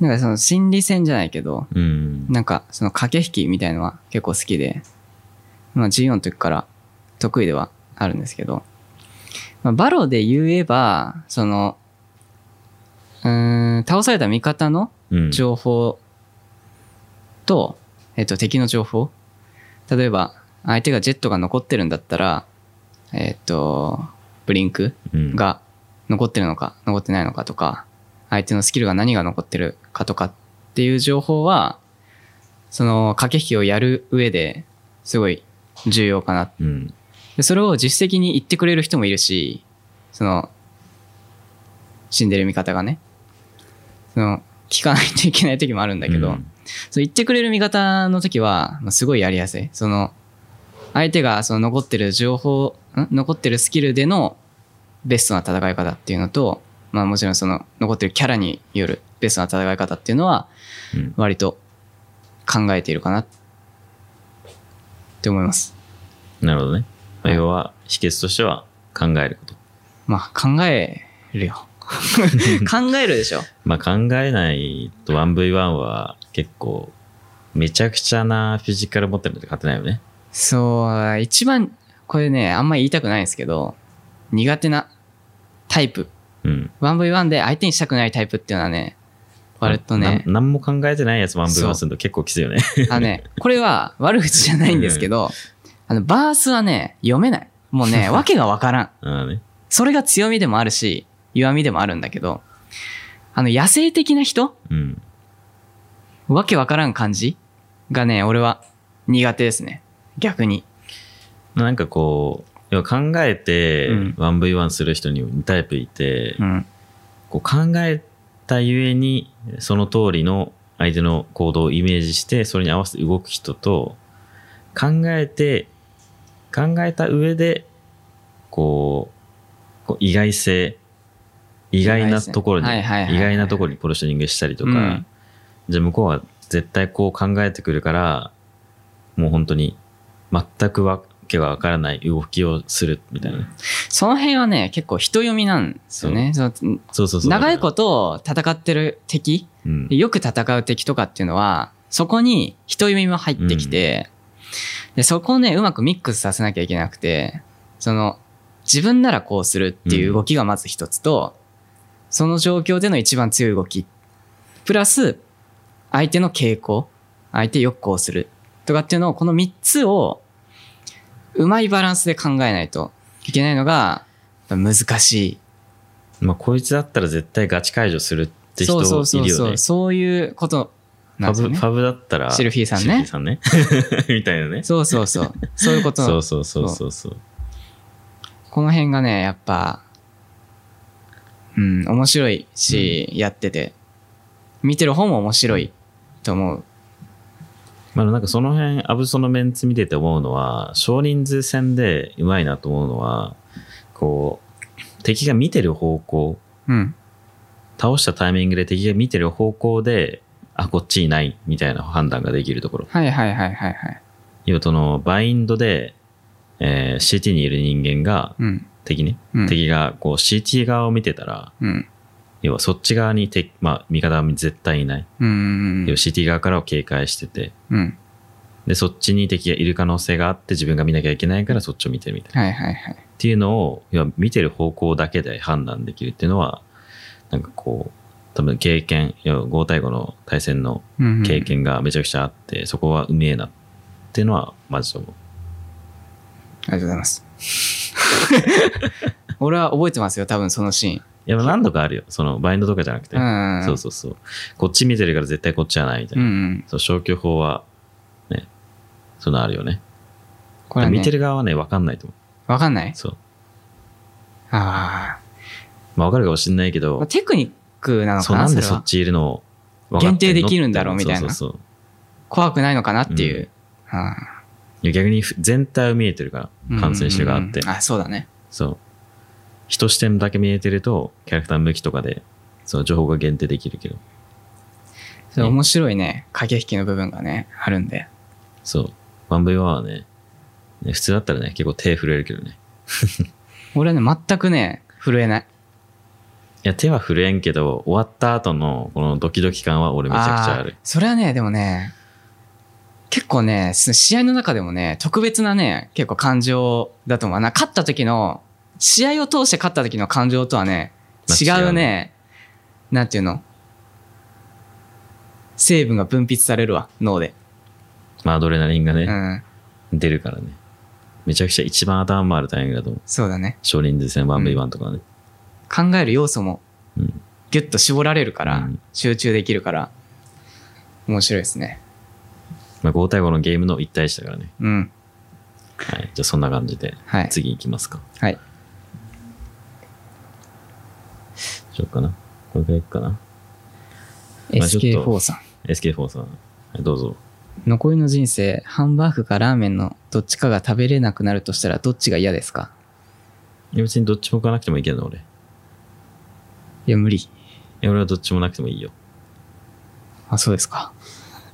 [SPEAKER 2] なんかその心理戦じゃないけど、
[SPEAKER 1] うん。
[SPEAKER 2] なんかその駆け引きみたいのは結構好きで、まあ G4 の時から得意ではあるんですけど、まあ、バロで言えば、その、うーん、倒された味方の
[SPEAKER 1] うん。
[SPEAKER 2] 情報と、えっと、敵の情報。例えば、相手がジェットが残ってるんだったら、えっと、ブリンク
[SPEAKER 1] うん、
[SPEAKER 2] が残ってるのか、残ってないのかとか、相手のスキルが何が残ってるかとかっていう情報は、その駆け引きをやる上ですごい重要かな。
[SPEAKER 1] うん。
[SPEAKER 2] でそれを実績に言ってくれる人もいるし、その、死んでる味方がね、その、聞かないといけない時もあるんだけど、
[SPEAKER 1] うん
[SPEAKER 2] そう言ってくれる味方の時は、まあ、すごいやりやすい。その、相手がその残ってる情報、ん残ってるスキルでのベストな戦い方っていうのと、まあもちろんその残ってるキャラによるベストな戦い方っていうのは
[SPEAKER 1] うん
[SPEAKER 2] 割と考えているかなって思います。
[SPEAKER 1] なるほどね。まあ
[SPEAKER 2] はい
[SPEAKER 1] 要は、秘訣としては考えること。
[SPEAKER 2] まあ考えるよ。考えるでしょ。
[SPEAKER 1] まあ考えないと 1V1 は結構、めちゃくちゃなフィジカル持ってるので勝てないよね。
[SPEAKER 2] そう、一番、これね、あんまり言いたくないんですけど、苦手なタイプ
[SPEAKER 1] うん。
[SPEAKER 2] 1v1 で相手にしたくないタイプっていうのはね、割とね、
[SPEAKER 1] な何も考えてないやつ
[SPEAKER 2] そ
[SPEAKER 1] 1V1
[SPEAKER 2] う
[SPEAKER 1] すると結構きついよね。
[SPEAKER 2] あのね、これは悪口じゃないんですけど、あの、バースはね、読めない。も うね、わけがわからん。
[SPEAKER 1] ああね。
[SPEAKER 2] それが強みでもあるし、弱みでもあるんだけど、あの、野生的な人
[SPEAKER 1] うん。
[SPEAKER 2] わけわからん感じがね、俺は苦手ですね。逆に。
[SPEAKER 1] なんかこう、要は考えて
[SPEAKER 2] うん
[SPEAKER 1] 1V1 する人に2タイプいて、
[SPEAKER 2] うん。
[SPEAKER 1] こう考えたゆえにその通りの相手の行動をイメージしてそれに合わせて動く人と考えて考えた上でこうこう意外性意外なところに
[SPEAKER 2] 意外性はいはいはいはい
[SPEAKER 1] 意外なところにポジショニングしたりとか、
[SPEAKER 2] うん
[SPEAKER 1] じゃあ向こうは絶対こう考えてくるからもう本当に全くわけがわからない動きをするみたいなね、
[SPEAKER 2] その辺はね、結構人読みなんですよね。その
[SPEAKER 1] そうそうそう
[SPEAKER 2] 長いこと戦ってる敵
[SPEAKER 1] うん
[SPEAKER 2] でよく戦う敵とかっていうのは、そこに人読みも入ってきて、でそこをね、うまくミックスさせなきゃいけなくて、その、自分ならこうするっていう動きがまず一つと、その状況での一番強い動き、プラス、相手の傾向、相手よくこうするとかっていうのを、この3つを、うまいバランスで考えないといけないのが、やっぱ難しい
[SPEAKER 1] まあ、こいつだったら絶対ガチ解除するって人いる
[SPEAKER 2] そうそうそう
[SPEAKER 1] よ
[SPEAKER 2] そ
[SPEAKER 1] ね
[SPEAKER 2] う。。そういうこと
[SPEAKER 1] フ
[SPEAKER 2] なん
[SPEAKER 1] ァ
[SPEAKER 2] ですよ
[SPEAKER 1] ブ、
[SPEAKER 2] ね
[SPEAKER 1] フ。ァブだったら。
[SPEAKER 2] シルフィーさんね
[SPEAKER 1] シルフィーさんね みたいなね。
[SPEAKER 2] そうそうそう。そういうこと
[SPEAKER 1] そうそうそうそうそう。
[SPEAKER 2] この辺がね、やっぱ、うん、面白いし、やってて、見てる方も面白いと思う。
[SPEAKER 1] まあ、なんかその辺、アブソのメンツ見てて思うのは、少人数戦でうまいなと思うのは、こう、敵が見てる方向、
[SPEAKER 2] うん。
[SPEAKER 1] 倒したタイミングで敵が見てる方向で、あ、こっちいない、みたいな判断ができるところ。
[SPEAKER 2] はいはいはいはいはい。
[SPEAKER 1] 要はその、バインドで、えー CT にいる人間が、
[SPEAKER 2] うん。
[SPEAKER 1] 敵ね、
[SPEAKER 2] うん
[SPEAKER 1] 敵がこう CT 側を見てたら、
[SPEAKER 2] うん。
[SPEAKER 1] 要はそっち側に敵、まあ、味方は絶対いない。
[SPEAKER 2] うん。
[SPEAKER 1] 要は CT 側からを警戒してて、
[SPEAKER 2] うん。
[SPEAKER 1] で、そっちに敵がいる可能性があって自分が見なきゃいけないからそっちを見てみたいな。
[SPEAKER 2] はいはいはい。
[SPEAKER 1] っていうのを、要は見てる方向だけで判断できるっていうのは、なんかこう、多分経験、要は5対5の対戦の
[SPEAKER 2] うん
[SPEAKER 1] 経験がめちゃくちゃあって、そこはうめえなっていうのは、マジで思う。
[SPEAKER 2] ありがとうござい ます。俺は覚えてますよ、多分そのシ
[SPEAKER 1] いや、何度かあるよ。その、バインドとかじゃなくて。
[SPEAKER 2] ーン。うん。
[SPEAKER 1] そうそうそう。こっち見てるから絶対こっちはないみたいな。
[SPEAKER 2] うんうん。
[SPEAKER 1] そう消去法は、ね、そういうのあるよね。
[SPEAKER 2] これは
[SPEAKER 1] 見て
[SPEAKER 2] ね、
[SPEAKER 1] る側はね、わかんないと思。
[SPEAKER 2] わかんないう
[SPEAKER 1] そう。
[SPEAKER 2] あ
[SPEAKER 1] まあ、わかるかもしれないけ
[SPEAKER 2] あ。
[SPEAKER 1] ど、
[SPEAKER 2] テクニックなの
[SPEAKER 1] そうな
[SPEAKER 2] かな、
[SPEAKER 1] ん
[SPEAKER 2] そ
[SPEAKER 1] で
[SPEAKER 2] れ
[SPEAKER 1] そっ
[SPEAKER 2] は。
[SPEAKER 1] ちいるの分かっての
[SPEAKER 2] 限定できるんだろうみたいな
[SPEAKER 1] そうそう
[SPEAKER 2] 怖くないのかなっていう。ああ。
[SPEAKER 1] そう逆に全体を見えてるから、感染してる側って。
[SPEAKER 2] うんうんうんあそうだね
[SPEAKER 1] そう。一視点だけ見えてると、キャラクター向きとかで、その情報が限定できるけど。
[SPEAKER 2] それ
[SPEAKER 1] ね
[SPEAKER 2] 面白いね駆け引きの部分がねあるんで
[SPEAKER 1] そう。1V1 はね、ね普通だったらね、結構手震えるけどね。
[SPEAKER 2] 俺はね、全くね、震えない。
[SPEAKER 1] いや、手は震えんけど、終わった後のこのドキドキ感は俺めちゃくちゃある
[SPEAKER 2] ー。それはね、でもね、結構ね、その試合の中でもね、特別なね、結構感情だと思う。な勝った時の、試合を通して勝った時の感情とはね、違
[SPEAKER 1] まあ違
[SPEAKER 2] う
[SPEAKER 1] う
[SPEAKER 2] ね、なんていうの成分が分泌されるわ、脳で。
[SPEAKER 1] まあ、アドレナリンが
[SPEAKER 2] う
[SPEAKER 1] ね、
[SPEAKER 2] ん。
[SPEAKER 1] 出るからね。めちゃくちゃ一番頭回るタイミングだと思う。
[SPEAKER 2] そうだね。
[SPEAKER 1] 少林寺戦 1V1 とかね。
[SPEAKER 2] 考える要素も
[SPEAKER 1] うん。
[SPEAKER 2] ギュッと絞られるから、
[SPEAKER 1] うん
[SPEAKER 2] 集中できるから、面白いですね。
[SPEAKER 1] まあ、5対5のゲームの1対1だからね。
[SPEAKER 2] うん。
[SPEAKER 1] はい。じゃあ、そんな感じで、
[SPEAKER 2] はい。
[SPEAKER 1] 次行きますか。
[SPEAKER 2] はい。
[SPEAKER 1] しようかな。これぐらいいくかな。まあちょっと
[SPEAKER 2] SK4 さん。
[SPEAKER 1] SK4 さん、はいどうぞ。
[SPEAKER 2] 残りの人生ハンバーグかラーメンのどっちかが食べれなくなるとしたらどっちが嫌ですか
[SPEAKER 1] いや別にどっちも行かなくてもいいけどな、俺。い
[SPEAKER 2] いや無理
[SPEAKER 1] や俺はどっちもなくてもいいよ。
[SPEAKER 2] あそうですか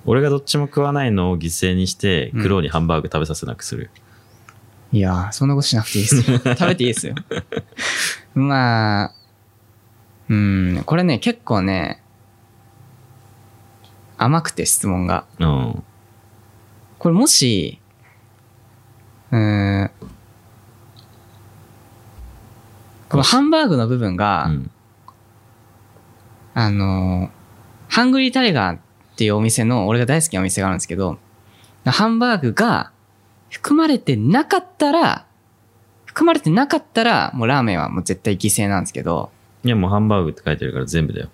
[SPEAKER 1] 俺がどっちも食わないのを犠牲にして、
[SPEAKER 2] うん
[SPEAKER 1] 苦労にハンバーグ食べさせなくする。
[SPEAKER 2] いやーそんなことしなくていい ですよ食べていいですよまあうんこれね結構ね甘くて質問が
[SPEAKER 1] うん。
[SPEAKER 2] これもしうーんこのハンバーグの部分が、
[SPEAKER 1] うん。
[SPEAKER 2] あのーハングリータイガーっていうお店の、俺が大好きなお店があるんですけど、ハンバーグが含まれてなかったら、含まれてなかったら、もうラーメンはもう絶対犠牲なんですけど、
[SPEAKER 1] いやもうハンバーグって書いてるから全部だよ。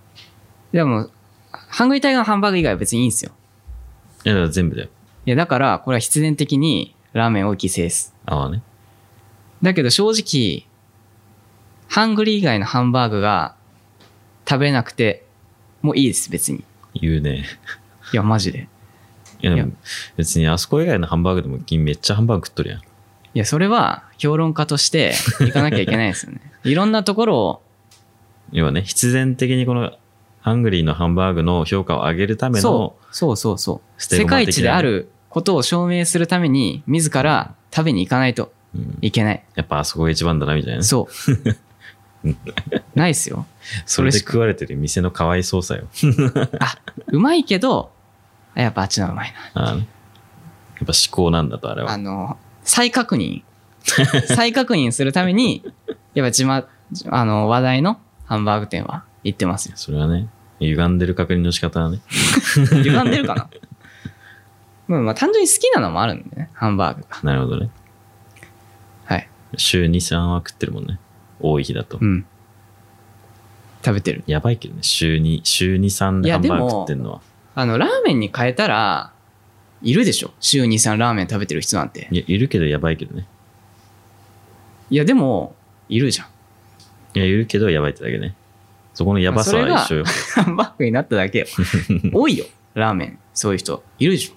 [SPEAKER 2] でも、ハングリータイガーのハンバーグ以外は別にいいんですよ。
[SPEAKER 1] いやだから全部だよ。
[SPEAKER 2] いや、だから、これは必然的にラーメンを犠牲です。
[SPEAKER 1] ああね。
[SPEAKER 2] だけど正直、ハングリー以外のハンバーグが食べれなくてもういいです、別に。い
[SPEAKER 1] 言うね。
[SPEAKER 2] や、マジで。
[SPEAKER 1] いやで
[SPEAKER 2] い
[SPEAKER 1] も別にあそこ以外のハンバーグでも君めっちゃハンバーグ食っとるやん。
[SPEAKER 2] いや、それは評論家として行かなきゃいけないです よね。いろんなところを、
[SPEAKER 1] 要はね、必然的にこのハングリーのハンバーグの評価を上げるための
[SPEAKER 2] そ、う、そうそうそう。
[SPEAKER 1] ステゴ
[SPEAKER 2] 世
[SPEAKER 1] マ的な
[SPEAKER 2] 界一であることを証明するために、自ら食べに行かないと
[SPEAKER 1] うん
[SPEAKER 2] いけない。
[SPEAKER 1] やっぱあそこが一番だなみたいなね。
[SPEAKER 2] そう。 ないっすよ。
[SPEAKER 1] それで
[SPEAKER 2] それしか
[SPEAKER 1] 食われてる店のかわいそうさよ。
[SPEAKER 2] うまいけど、あやっぱあっちの方がうまいな。
[SPEAKER 1] ああねやっぱ思考なんだと、あれ
[SPEAKER 2] あ
[SPEAKER 1] は。
[SPEAKER 2] の、再確認。再確認するために、やっぱ自慢、あの、話題のハンバーグ店は行ってますよ。
[SPEAKER 1] それはね、歪んでる確認の仕方はね。
[SPEAKER 2] 歪んでるかなまあまあ単純に好きなのもあるんでね、ハンバーグが。
[SPEAKER 1] なるほどね。
[SPEAKER 2] はい。
[SPEAKER 1] 週2、3は食ってるもんね。多い日だと。
[SPEAKER 2] うん。食べてる。
[SPEAKER 1] やばいけどね、週2、週2、3
[SPEAKER 2] い
[SPEAKER 1] でハ
[SPEAKER 2] や
[SPEAKER 1] ン
[SPEAKER 2] でも
[SPEAKER 1] バーグ食ってんのは。
[SPEAKER 2] あの、ラーメンに変えたら、いるでしょ週に3ラーメン食べてる人なんて。
[SPEAKER 1] いや、いるけどやばいけどね。
[SPEAKER 2] いや、でも、いるじゃん。
[SPEAKER 1] いや、いるけどやばいってだけね。そこのやばさは一緒よ。
[SPEAKER 2] ハンバーグになっただけよ。多いよ、ラーメン。そういう人。いるでしょ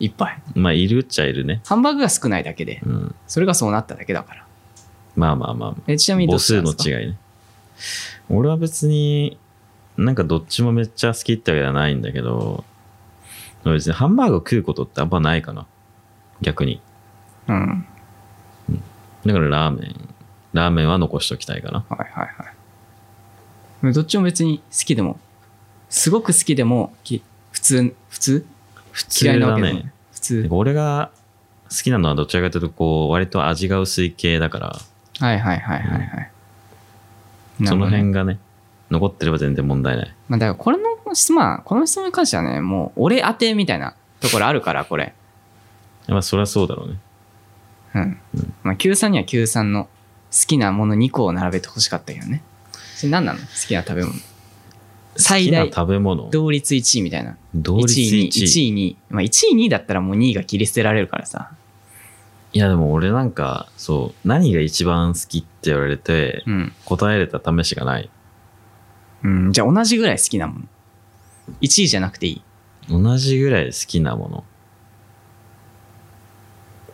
[SPEAKER 2] いっぱい。
[SPEAKER 1] まあ、いるっちゃいるね。
[SPEAKER 2] ハンバーグが少ないだけで。
[SPEAKER 1] うん。
[SPEAKER 2] それがそうなっただけだから。
[SPEAKER 1] まあまあまあまあ。
[SPEAKER 2] えちなみにど
[SPEAKER 1] 母
[SPEAKER 2] っち
[SPEAKER 1] 数
[SPEAKER 2] なんで
[SPEAKER 1] の
[SPEAKER 2] すか
[SPEAKER 1] 違いね。俺は別に、なんかどっちもめっちゃ好きってわけではないんだけど、別にハンバーグを食うことってあんまないかな。逆に。
[SPEAKER 2] うん。
[SPEAKER 1] だからラーメン。ラーメンは残しときたいかな。
[SPEAKER 2] はいはいはいでも。どっちも別に好きでも、すごく好きでも、き普通、普通
[SPEAKER 1] 普通
[SPEAKER 2] 嫌いなわ
[SPEAKER 1] だ
[SPEAKER 2] けでも
[SPEAKER 1] ね
[SPEAKER 2] ない。。普通。
[SPEAKER 1] 俺が好きなのはどちらかというと、こう、割と味が薄い系だから、
[SPEAKER 2] はいはいはいはいはい。な
[SPEAKER 1] そ
[SPEAKER 2] るほ
[SPEAKER 1] の
[SPEAKER 2] どね
[SPEAKER 1] 辺がね、残ってれば全然問題ない。
[SPEAKER 2] まあ、だからこれの質問、まあこの質問に関してはね、もう俺当てみたいなところあるから、これ。
[SPEAKER 1] まあ、そりゃそうだろうね。
[SPEAKER 2] うん。まあ、93には93の好きなもの2個を並べてほしかったけどね。それ何なの好きな食べ物。最
[SPEAKER 1] 好
[SPEAKER 2] 大
[SPEAKER 1] きな食べ物。
[SPEAKER 2] 同率1位みたいな。
[SPEAKER 1] 同率1
[SPEAKER 2] 1位、2位。1位、2位。まあ、1位、2位だったらもう2位が切り捨てられるからさ。
[SPEAKER 1] いやでも俺なんか、そう、何が一番好きって言われて、
[SPEAKER 2] うん。
[SPEAKER 1] 答えれた試しがない。
[SPEAKER 2] うん。じゃあ同じぐらい好きなもの。1位じゃなくていい。
[SPEAKER 1] 同じぐらい好きなもの。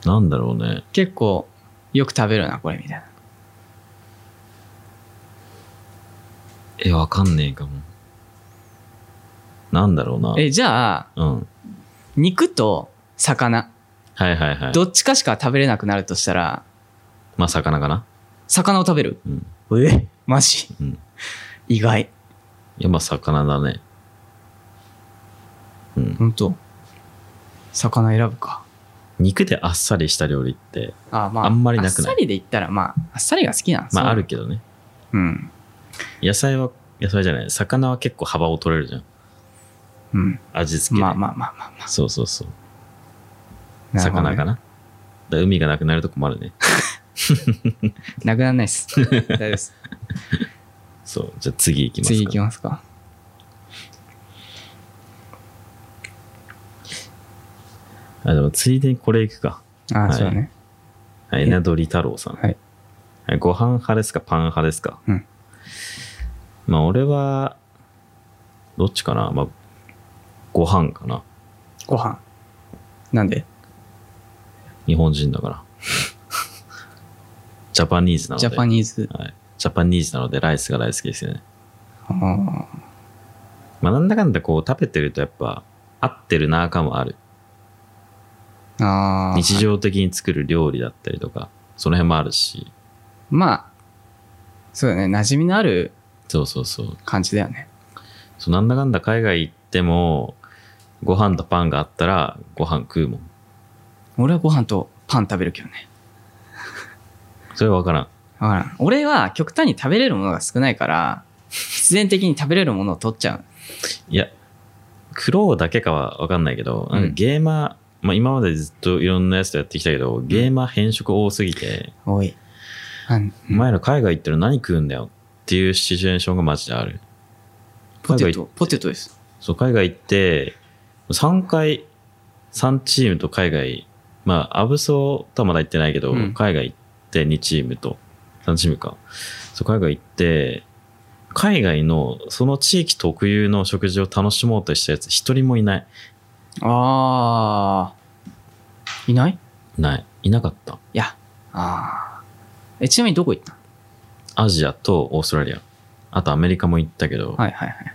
[SPEAKER 1] なんだろうね。
[SPEAKER 2] 結構よく食べるな、これみたいな。
[SPEAKER 1] え、わかんねえかも。なんだろうな。
[SPEAKER 2] え、じゃあ、
[SPEAKER 1] うん。
[SPEAKER 2] 肉と魚。
[SPEAKER 1] はいはいはい。
[SPEAKER 2] どっちかしか食べれなくなるとしたら、
[SPEAKER 1] まあ、魚かな。
[SPEAKER 2] 魚を食べる。
[SPEAKER 1] うん。
[SPEAKER 2] えマジ
[SPEAKER 1] うん。
[SPEAKER 2] 意外。
[SPEAKER 1] いや、まあ、魚だね。うん。
[SPEAKER 2] 本当魚選ぶか。
[SPEAKER 1] 肉であっさりした料理って、
[SPEAKER 2] あまあ、
[SPEAKER 1] あんまりなくない
[SPEAKER 2] あっさりで言ったら、まあ、あっさりが好きなんです
[SPEAKER 1] まあ、ある。けどね。
[SPEAKER 2] うん。
[SPEAKER 1] 野菜は、野菜じゃない。魚は結構幅を取れるじゃん。
[SPEAKER 2] うん。
[SPEAKER 1] 味付けで。
[SPEAKER 2] まあまあまあまあま
[SPEAKER 1] そうそうそう。
[SPEAKER 2] あ。なるほどね
[SPEAKER 1] 魚かな。だから海がなくなると困る ね。
[SPEAKER 2] なくならな いです。大丈夫です。
[SPEAKER 1] そう。じゃあ次行きますか。
[SPEAKER 2] 次行きますか。
[SPEAKER 1] あ、でもついでにこれ行くか。
[SPEAKER 2] あ
[SPEAKER 1] は
[SPEAKER 2] あ、
[SPEAKER 1] い
[SPEAKER 2] そうだね。
[SPEAKER 1] はい、稲取太郎さん。
[SPEAKER 2] はい。
[SPEAKER 1] はいご飯派ですか、パン派ですか。
[SPEAKER 2] うん
[SPEAKER 1] まあ、俺は、どっちかな。まあ、ご飯かな。
[SPEAKER 2] ご飯。なんで
[SPEAKER 1] 日本人だ から。ジャパニーズなので。
[SPEAKER 2] ジャパニーズ。
[SPEAKER 1] はい、ジャパニーズなので、ライスが大好きですよね。
[SPEAKER 2] あー
[SPEAKER 1] まあ、なんだかんだこう、食べてるとやっぱ、合ってるなあ感はある。
[SPEAKER 2] あー。
[SPEAKER 1] 日常的に作る料理だったりとか、その辺もあるし。
[SPEAKER 2] まあ、そうだね。馴染みのある
[SPEAKER 1] そうそうそう。
[SPEAKER 2] 感じだよね。
[SPEAKER 1] そうなんだかんだ海外行っても、ご飯とパンがあったら、ご飯食うもん。
[SPEAKER 2] 俺はご飯とパン食べるけどね。
[SPEAKER 1] それは分からん。
[SPEAKER 2] わからん。俺は極端に食べれるものが少ないから、必然的に食べれるものを取っちゃう。
[SPEAKER 1] いや、苦労だけかは分かんないけど、なんか
[SPEAKER 2] うん
[SPEAKER 1] ゲーマー、まあ、今までずっといろんなやつとやってきたけど、ゲーマー変色多すぎて、
[SPEAKER 2] おい。あん
[SPEAKER 1] 前の海外行ったら何食うんだよっていうシチュエーションがマジである。
[SPEAKER 2] ポテ
[SPEAKER 1] 海
[SPEAKER 2] ト
[SPEAKER 1] 外、
[SPEAKER 2] ポテトです。
[SPEAKER 1] そう、海外行って、3回、3チームと海外、まあ、アブソとはまだ行ってないけど、
[SPEAKER 2] うん
[SPEAKER 1] 海外行って2チームと、3チームか。そう、海外行って、海外のその地域特有の食事を楽しもうとしたやつ一人もいない。
[SPEAKER 2] あー。いない
[SPEAKER 1] ない。いなかった。
[SPEAKER 2] いや。あー。え、ちなみにどこ行った
[SPEAKER 1] アジアとオーストラリア。あとアメリカも行ったけど、
[SPEAKER 2] はいはいはい。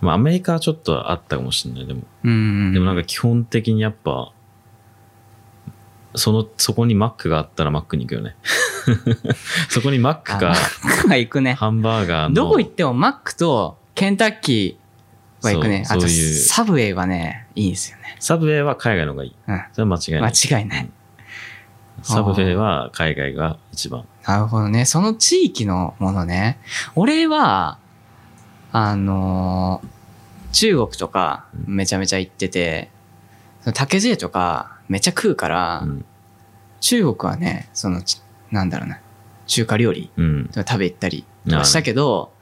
[SPEAKER 1] まあアメリカはちょっとあったかもしれない。でも、
[SPEAKER 2] うんうん。
[SPEAKER 1] でもなんか基本的にやっぱ、その、そこにマックがあったらマックに行く よね。そこにマック
[SPEAKER 2] あ
[SPEAKER 1] か、
[SPEAKER 2] マックは 行くね。
[SPEAKER 1] ハンバーガーの、
[SPEAKER 2] どこ行ってもマックとケンタッキーは行くね。
[SPEAKER 1] そ
[SPEAKER 2] あ
[SPEAKER 1] う
[SPEAKER 2] と
[SPEAKER 1] そういう
[SPEAKER 2] サブウェイはね、いいんですよね。
[SPEAKER 1] サブウェイは海外の方がいい。
[SPEAKER 2] うん。
[SPEAKER 1] それは間違いな
[SPEAKER 2] 間
[SPEAKER 1] い。
[SPEAKER 2] 違いない。
[SPEAKER 1] サブウェイは海外が一番。
[SPEAKER 2] なるほどね。その地域のものね。俺は、あのー中国とか
[SPEAKER 1] うん
[SPEAKER 2] めちゃめちゃ行ってて、その竹杖とかめちゃ食うから、
[SPEAKER 1] うん。
[SPEAKER 2] 中国はね、その、ちなんだろうな、中華料理
[SPEAKER 1] うん。
[SPEAKER 2] とか食べ行ったりとかしたけど、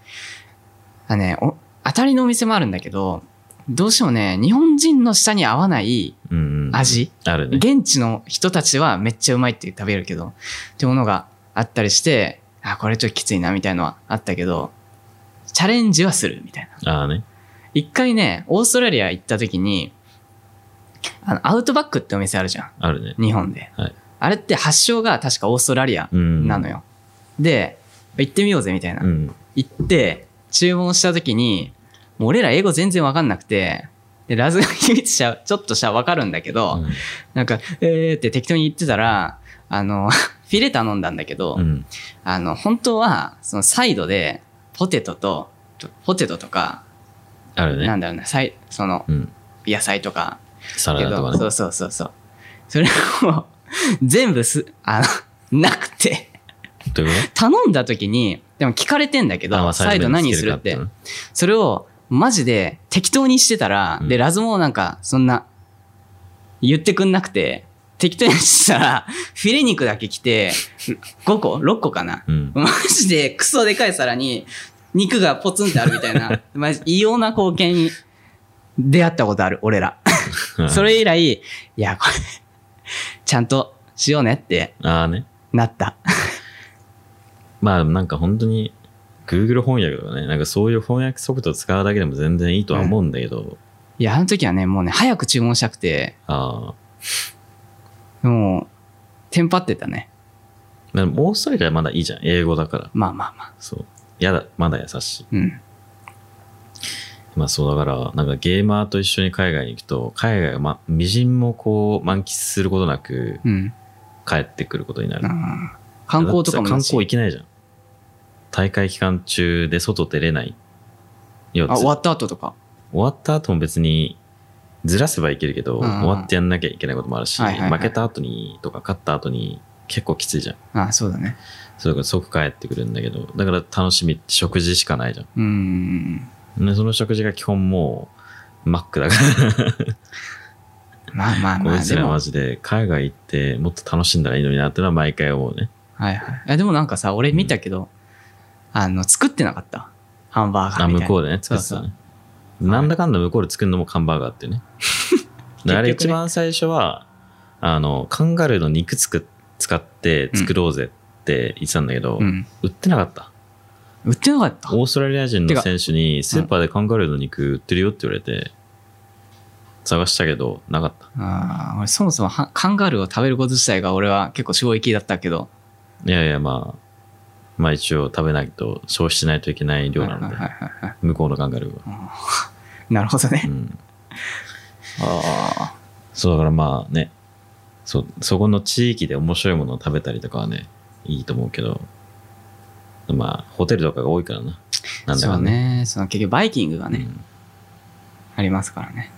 [SPEAKER 2] あねお、当たりのお店もあるんだけど、どうしてもね、日本人の舌に合わない
[SPEAKER 1] うんうん。
[SPEAKER 2] 味、
[SPEAKER 1] あるね。
[SPEAKER 2] 現地の人たちはめっちゃうまいって食べるけど、ってものがあったりして、あ、これちょっときついなみたいのはあったけど、チャレンジはするみたいな。
[SPEAKER 1] ああね。
[SPEAKER 2] 一回ね、オーストラリア行った時に、あの、アウトバックってお店あるじゃ
[SPEAKER 1] あるね。
[SPEAKER 2] ん。日本で。
[SPEAKER 1] はい
[SPEAKER 2] あれって発祥が確かオーストラリア
[SPEAKER 1] うん。
[SPEAKER 2] なのよ。で、行ってみようぜみたいな。
[SPEAKER 1] うん。
[SPEAKER 2] 行って、注文した時に、もう俺ら英語全然わかんなくて、で、ラズガキミツ社、ちょっとしたわかるんだけど、
[SPEAKER 1] うん
[SPEAKER 2] なんか、えーって適当に言ってたら、あの、 フィレ頼んだんだけど、
[SPEAKER 1] うん。
[SPEAKER 2] あの、本当は、そのサイドで、ポテトと、とポテトとか、
[SPEAKER 1] ある
[SPEAKER 2] な
[SPEAKER 1] ね。
[SPEAKER 2] んだろうな、サイその、
[SPEAKER 1] うん。
[SPEAKER 2] 野菜とか、
[SPEAKER 1] サ
[SPEAKER 2] け
[SPEAKER 1] ラダとか
[SPEAKER 2] ど、そ
[SPEAKER 1] ね。
[SPEAKER 2] うそうそうそう。それを、 全部す、あの、なくて、
[SPEAKER 1] どういうこ
[SPEAKER 2] 頼んだ時に、でも聞かれてんだけ
[SPEAKER 1] とあま
[SPEAKER 2] ど、
[SPEAKER 1] あ
[SPEAKER 2] サイド
[SPEAKER 1] に
[SPEAKER 2] 何
[SPEAKER 1] つ
[SPEAKER 2] す
[SPEAKER 1] け
[SPEAKER 2] る
[SPEAKER 1] か
[SPEAKER 2] って
[SPEAKER 1] いう。の
[SPEAKER 2] それをマジで適当にしてたら、
[SPEAKER 1] うん
[SPEAKER 2] で、ラズもなんかそんな言ってくんなくて、適当にしてたら、フィレ肉だけ来て、5個 ?6 個かな
[SPEAKER 1] うん。
[SPEAKER 2] マジでクソでかい皿に肉がポツンってあるみたいな、マジ異様な光景に出会ったことある、俺ら。それ以来、いや、これ、ちゃんとしようねって
[SPEAKER 1] ああね。
[SPEAKER 2] なった。
[SPEAKER 1] まあでもなんか本当に Google 翻訳とかね、なんかそういう翻訳速度使うだけでも全然いいとは思うんだけど、
[SPEAKER 2] いや、あの時はね、もうね、早く注文したくて、
[SPEAKER 1] ああ、
[SPEAKER 2] もう、テンパってたね。
[SPEAKER 1] まあでもオーストラリアはまだいいじゃん。英語だから。
[SPEAKER 2] まあまあまあ。
[SPEAKER 1] そう。やだ、まだ優しい。
[SPEAKER 2] うん。
[SPEAKER 1] まあそうだから、なんかゲーマーと一緒に海外に行くと、海外がま、微塵もこう満喫することなく
[SPEAKER 2] うん。
[SPEAKER 1] 帰ってくることになる。
[SPEAKER 2] あー観光とかも
[SPEAKER 1] だっ
[SPEAKER 2] だ
[SPEAKER 1] てさ
[SPEAKER 2] し
[SPEAKER 1] 観光行けないじゃん。大会期間中で外出れない。いや、
[SPEAKER 2] あ、
[SPEAKER 1] ず
[SPEAKER 2] 終
[SPEAKER 1] 終
[SPEAKER 2] わった後とか。
[SPEAKER 1] わった後も別にずらせばいけるけど、
[SPEAKER 2] うん
[SPEAKER 1] 終わってやんなきゃいけないこともあるし、
[SPEAKER 2] はいはいは
[SPEAKER 1] 負
[SPEAKER 2] い
[SPEAKER 1] けた後にとか勝った後に結構きついじゃん。
[SPEAKER 2] あーそうだね。
[SPEAKER 1] それから即帰ってくるんだけど、だから楽しみって食事しかないじゃん。
[SPEAKER 2] うーん。
[SPEAKER 1] ね、その食事が基本もう、マックだか
[SPEAKER 2] まあま
[SPEAKER 1] ら、
[SPEAKER 2] あ
[SPEAKER 1] こ
[SPEAKER 2] ま
[SPEAKER 1] い
[SPEAKER 2] あ、
[SPEAKER 1] つ
[SPEAKER 2] で
[SPEAKER 1] ら
[SPEAKER 2] も。は
[SPEAKER 1] マ
[SPEAKER 2] い
[SPEAKER 1] ジで海外行ってもっと楽しんだらいいのになってのは毎回思うね。
[SPEAKER 2] はい。いやでもなんかさ、俺見たけど、あの、作ってなかった。ハンバーガー
[SPEAKER 1] あ、
[SPEAKER 2] みたいな。
[SPEAKER 1] 向こうでね、作
[SPEAKER 2] そう
[SPEAKER 1] って
[SPEAKER 2] そ
[SPEAKER 1] た
[SPEAKER 2] う
[SPEAKER 1] ね。なんだかんだ向こうで作るのもカンバーガーって いうね。であれ
[SPEAKER 2] 結
[SPEAKER 1] 一
[SPEAKER 2] 局ね
[SPEAKER 1] 番最初は、あの、カンガルーの肉つく使って作ろうぜって言ってたんだけど、
[SPEAKER 2] うん。
[SPEAKER 1] 売ってなかった。
[SPEAKER 2] 売ってなかった。
[SPEAKER 1] オーストラリア人
[SPEAKER 2] て
[SPEAKER 1] の
[SPEAKER 2] か
[SPEAKER 1] 選手に、スーパーでカンガルーの肉売ってるよって言われて、探したけど、なかった。
[SPEAKER 2] ああ、俺そもそもはカンガルーを食べること自体が俺は結構衝撃だったけど。
[SPEAKER 1] いやいや、まあ、まあ一応食べないと、消費しないといけない量なので、
[SPEAKER 2] はいはいはいは
[SPEAKER 1] 向こうのカンガルーは。
[SPEAKER 2] いなるほど
[SPEAKER 1] う
[SPEAKER 2] ね。
[SPEAKER 1] ん。
[SPEAKER 2] あ
[SPEAKER 1] そうだからまあね、そ、そこの地域で面白いものを食べたりとかはね、いいと思うけど、まあ、ホテルとかが多いからな。
[SPEAKER 2] あ、
[SPEAKER 1] なんだ
[SPEAKER 2] そ
[SPEAKER 1] か
[SPEAKER 2] うん
[SPEAKER 1] だね。
[SPEAKER 2] ね。その結局バイキングがね、
[SPEAKER 1] うん
[SPEAKER 2] ありますからね。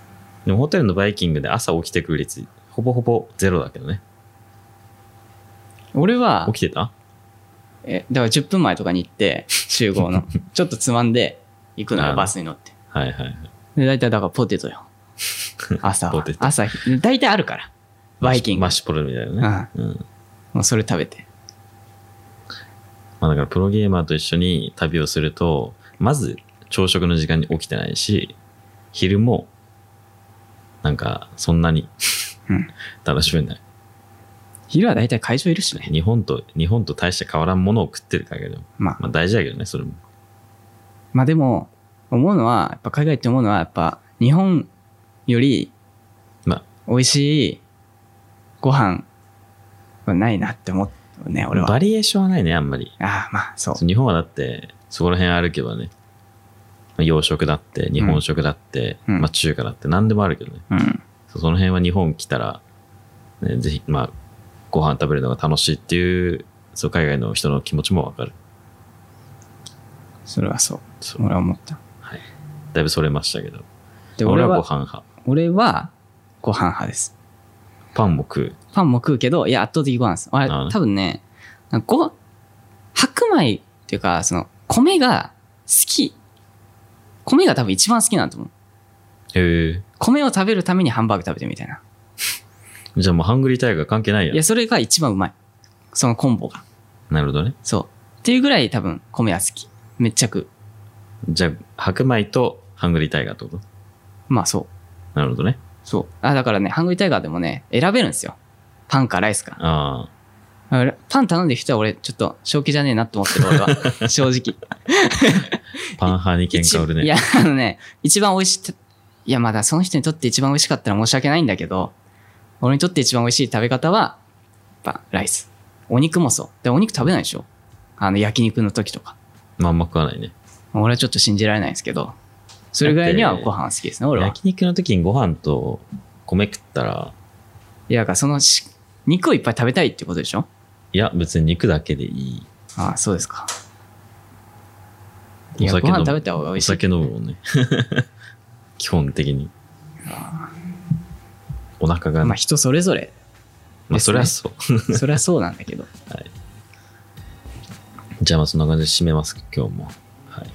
[SPEAKER 1] でもホテルのバイキングで朝起きてくる率、ほぼほぼゼロだけどね。
[SPEAKER 2] 俺は
[SPEAKER 1] 起、きてた
[SPEAKER 2] えだから10分前とかに行って、集 合の。ちょっとつまんで行くの
[SPEAKER 1] あ
[SPEAKER 2] よ、
[SPEAKER 1] ー
[SPEAKER 2] バスに乗って。
[SPEAKER 1] はいはいはい。
[SPEAKER 2] で、大体だからポテト よ。朝は
[SPEAKER 1] ポテト
[SPEAKER 2] 朝、大体あるから。バイキング。
[SPEAKER 1] マッシュポルみたいなね。うん。
[SPEAKER 2] もうそれ食べて。
[SPEAKER 1] まあだからプロゲーマーと一緒に旅をすると、まず朝食の時間に起きてないし、昼も、なんかそんなに
[SPEAKER 2] うん
[SPEAKER 1] 楽しめない。
[SPEAKER 2] 昼は大体会場いるしね。
[SPEAKER 1] 日本と、日本と大して変わらんものを食ってるだけど、
[SPEAKER 2] まあ、
[SPEAKER 1] まあ大事だけどね、それも。
[SPEAKER 2] まあでも、思うのは、やっぱ海外って思うのは、やっぱ日本より
[SPEAKER 1] まあ、
[SPEAKER 2] 美味しいご飯はないなって思うね、俺は。
[SPEAKER 1] バリエーションはないね、あんまり。
[SPEAKER 2] ああ、まあそう。
[SPEAKER 1] 日本はだって、そこら辺歩けばね、まあ洋食だって、日本食だって、
[SPEAKER 2] うん
[SPEAKER 1] まあ中華だって何でもあるけどね。
[SPEAKER 2] うん。
[SPEAKER 1] そその辺は日本来たら、ね、ぜひ、まあ、ご飯食べるのが楽しいっていう、そう海外の人の気持ちもわかる。
[SPEAKER 2] それはそう。
[SPEAKER 1] そう
[SPEAKER 2] 俺は思った。
[SPEAKER 1] だいぶそれましたけど。
[SPEAKER 2] で、
[SPEAKER 1] 俺
[SPEAKER 2] 俺
[SPEAKER 1] はご飯
[SPEAKER 2] は、
[SPEAKER 1] 派。
[SPEAKER 2] 俺はご飯派です。
[SPEAKER 1] パンも食う。
[SPEAKER 2] パンも食うけど、いや、圧倒的ご飯です。あれ
[SPEAKER 1] なるほど、ね
[SPEAKER 2] 多分ね、なんかご、白米っていうか、その、米が好き。米が多分一番好きなんだと思う。
[SPEAKER 1] へえ。
[SPEAKER 2] 米を食べるためにハンバーグ食べてるみたいな。
[SPEAKER 1] じゃあもうハングリータイガー関係ないや
[SPEAKER 2] いや、それが一番うまい。そのコンボが。
[SPEAKER 1] なるほどね。
[SPEAKER 2] そう。っていうぐらい多分、米は好き。めっちゃ食う。
[SPEAKER 1] じゃあ、白米とハングリータイガーってこと
[SPEAKER 2] まあそう。
[SPEAKER 1] なるほどね。
[SPEAKER 2] そう。あ、だからね、ハングリータイガーでもね、選べるんですよ。パンかライスか。
[SPEAKER 1] ああ。
[SPEAKER 2] だからパン頼んでる人は俺、ちょっと、正気じゃねえなって思ってる 俺は。正直。
[SPEAKER 1] パン派に喧嘩売る
[SPEAKER 2] 一い
[SPEAKER 1] ね。
[SPEAKER 2] や、あのね、一番美味しい、いや、まだその人にとって一番美味しかったら申し訳ないんだけど、俺にとって一番美味しい食べ方は、やっぱ、ライス。お肉もそう。で、お肉食べないでしょあの、焼肉の時とか。
[SPEAKER 1] まあ、あんま食わないね。
[SPEAKER 2] 俺はちょっと信じられないですけど、それぐらいには
[SPEAKER 1] だって
[SPEAKER 2] ご飯は好きですね、俺は。
[SPEAKER 1] 焼肉の時にご飯と米食ったら、
[SPEAKER 2] いや、だからそのし、肉をいっぱい食べたいってことでしょ
[SPEAKER 1] いや、別に肉だけでいい。
[SPEAKER 2] ああ、そうですか。
[SPEAKER 1] お
[SPEAKER 2] いや、
[SPEAKER 1] 酒
[SPEAKER 2] ご
[SPEAKER 1] 飲む
[SPEAKER 2] 飯食べた方が美
[SPEAKER 1] お
[SPEAKER 2] 味しい。
[SPEAKER 1] 酒飲むもんね。 基本的に。お腹がね、
[SPEAKER 2] ま
[SPEAKER 1] ま
[SPEAKER 2] あ、人それぞれ。
[SPEAKER 1] あ、それは
[SPEAKER 2] です
[SPEAKER 1] そう。
[SPEAKER 2] ねそれはそうなんだけど。
[SPEAKER 1] じゃあまあそんな感じで締めます、今日も。 はい。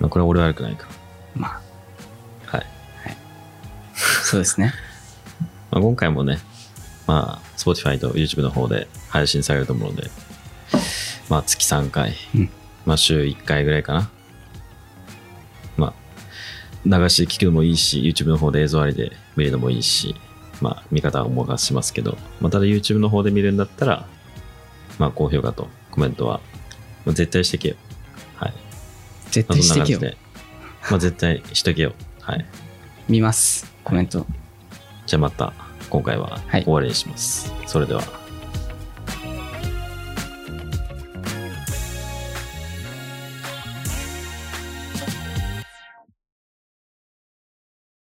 [SPEAKER 1] まあこれは俺悪くないから。
[SPEAKER 2] まあ、
[SPEAKER 1] はい。
[SPEAKER 2] そうですね。
[SPEAKER 1] まあ、今回もね、まあ Spotify と YouTube の方で配信されると思うので、まあ月3回、
[SPEAKER 2] うん
[SPEAKER 1] まあ週1回ぐらいかな。まあ流し聞くのもいいし、YouTube の方で映像ありで見るのもいいし、まあ見方はお任せしますけど、まあ、ただ YouTube の方で見るんだったら、まあ高評価とコメントは、まあ、絶対してけよ。はい。
[SPEAKER 2] 絶
[SPEAKER 1] まあ、
[SPEAKER 2] 対し
[SPEAKER 1] そん
[SPEAKER 2] て
[SPEAKER 1] な感
[SPEAKER 2] け
[SPEAKER 1] じ
[SPEAKER 2] よ。
[SPEAKER 1] で。まあ絶対しとけよ。はい。
[SPEAKER 2] 見ます。コメント。
[SPEAKER 1] じゃあまた今回は
[SPEAKER 2] はい
[SPEAKER 1] 終わりにします。それでは。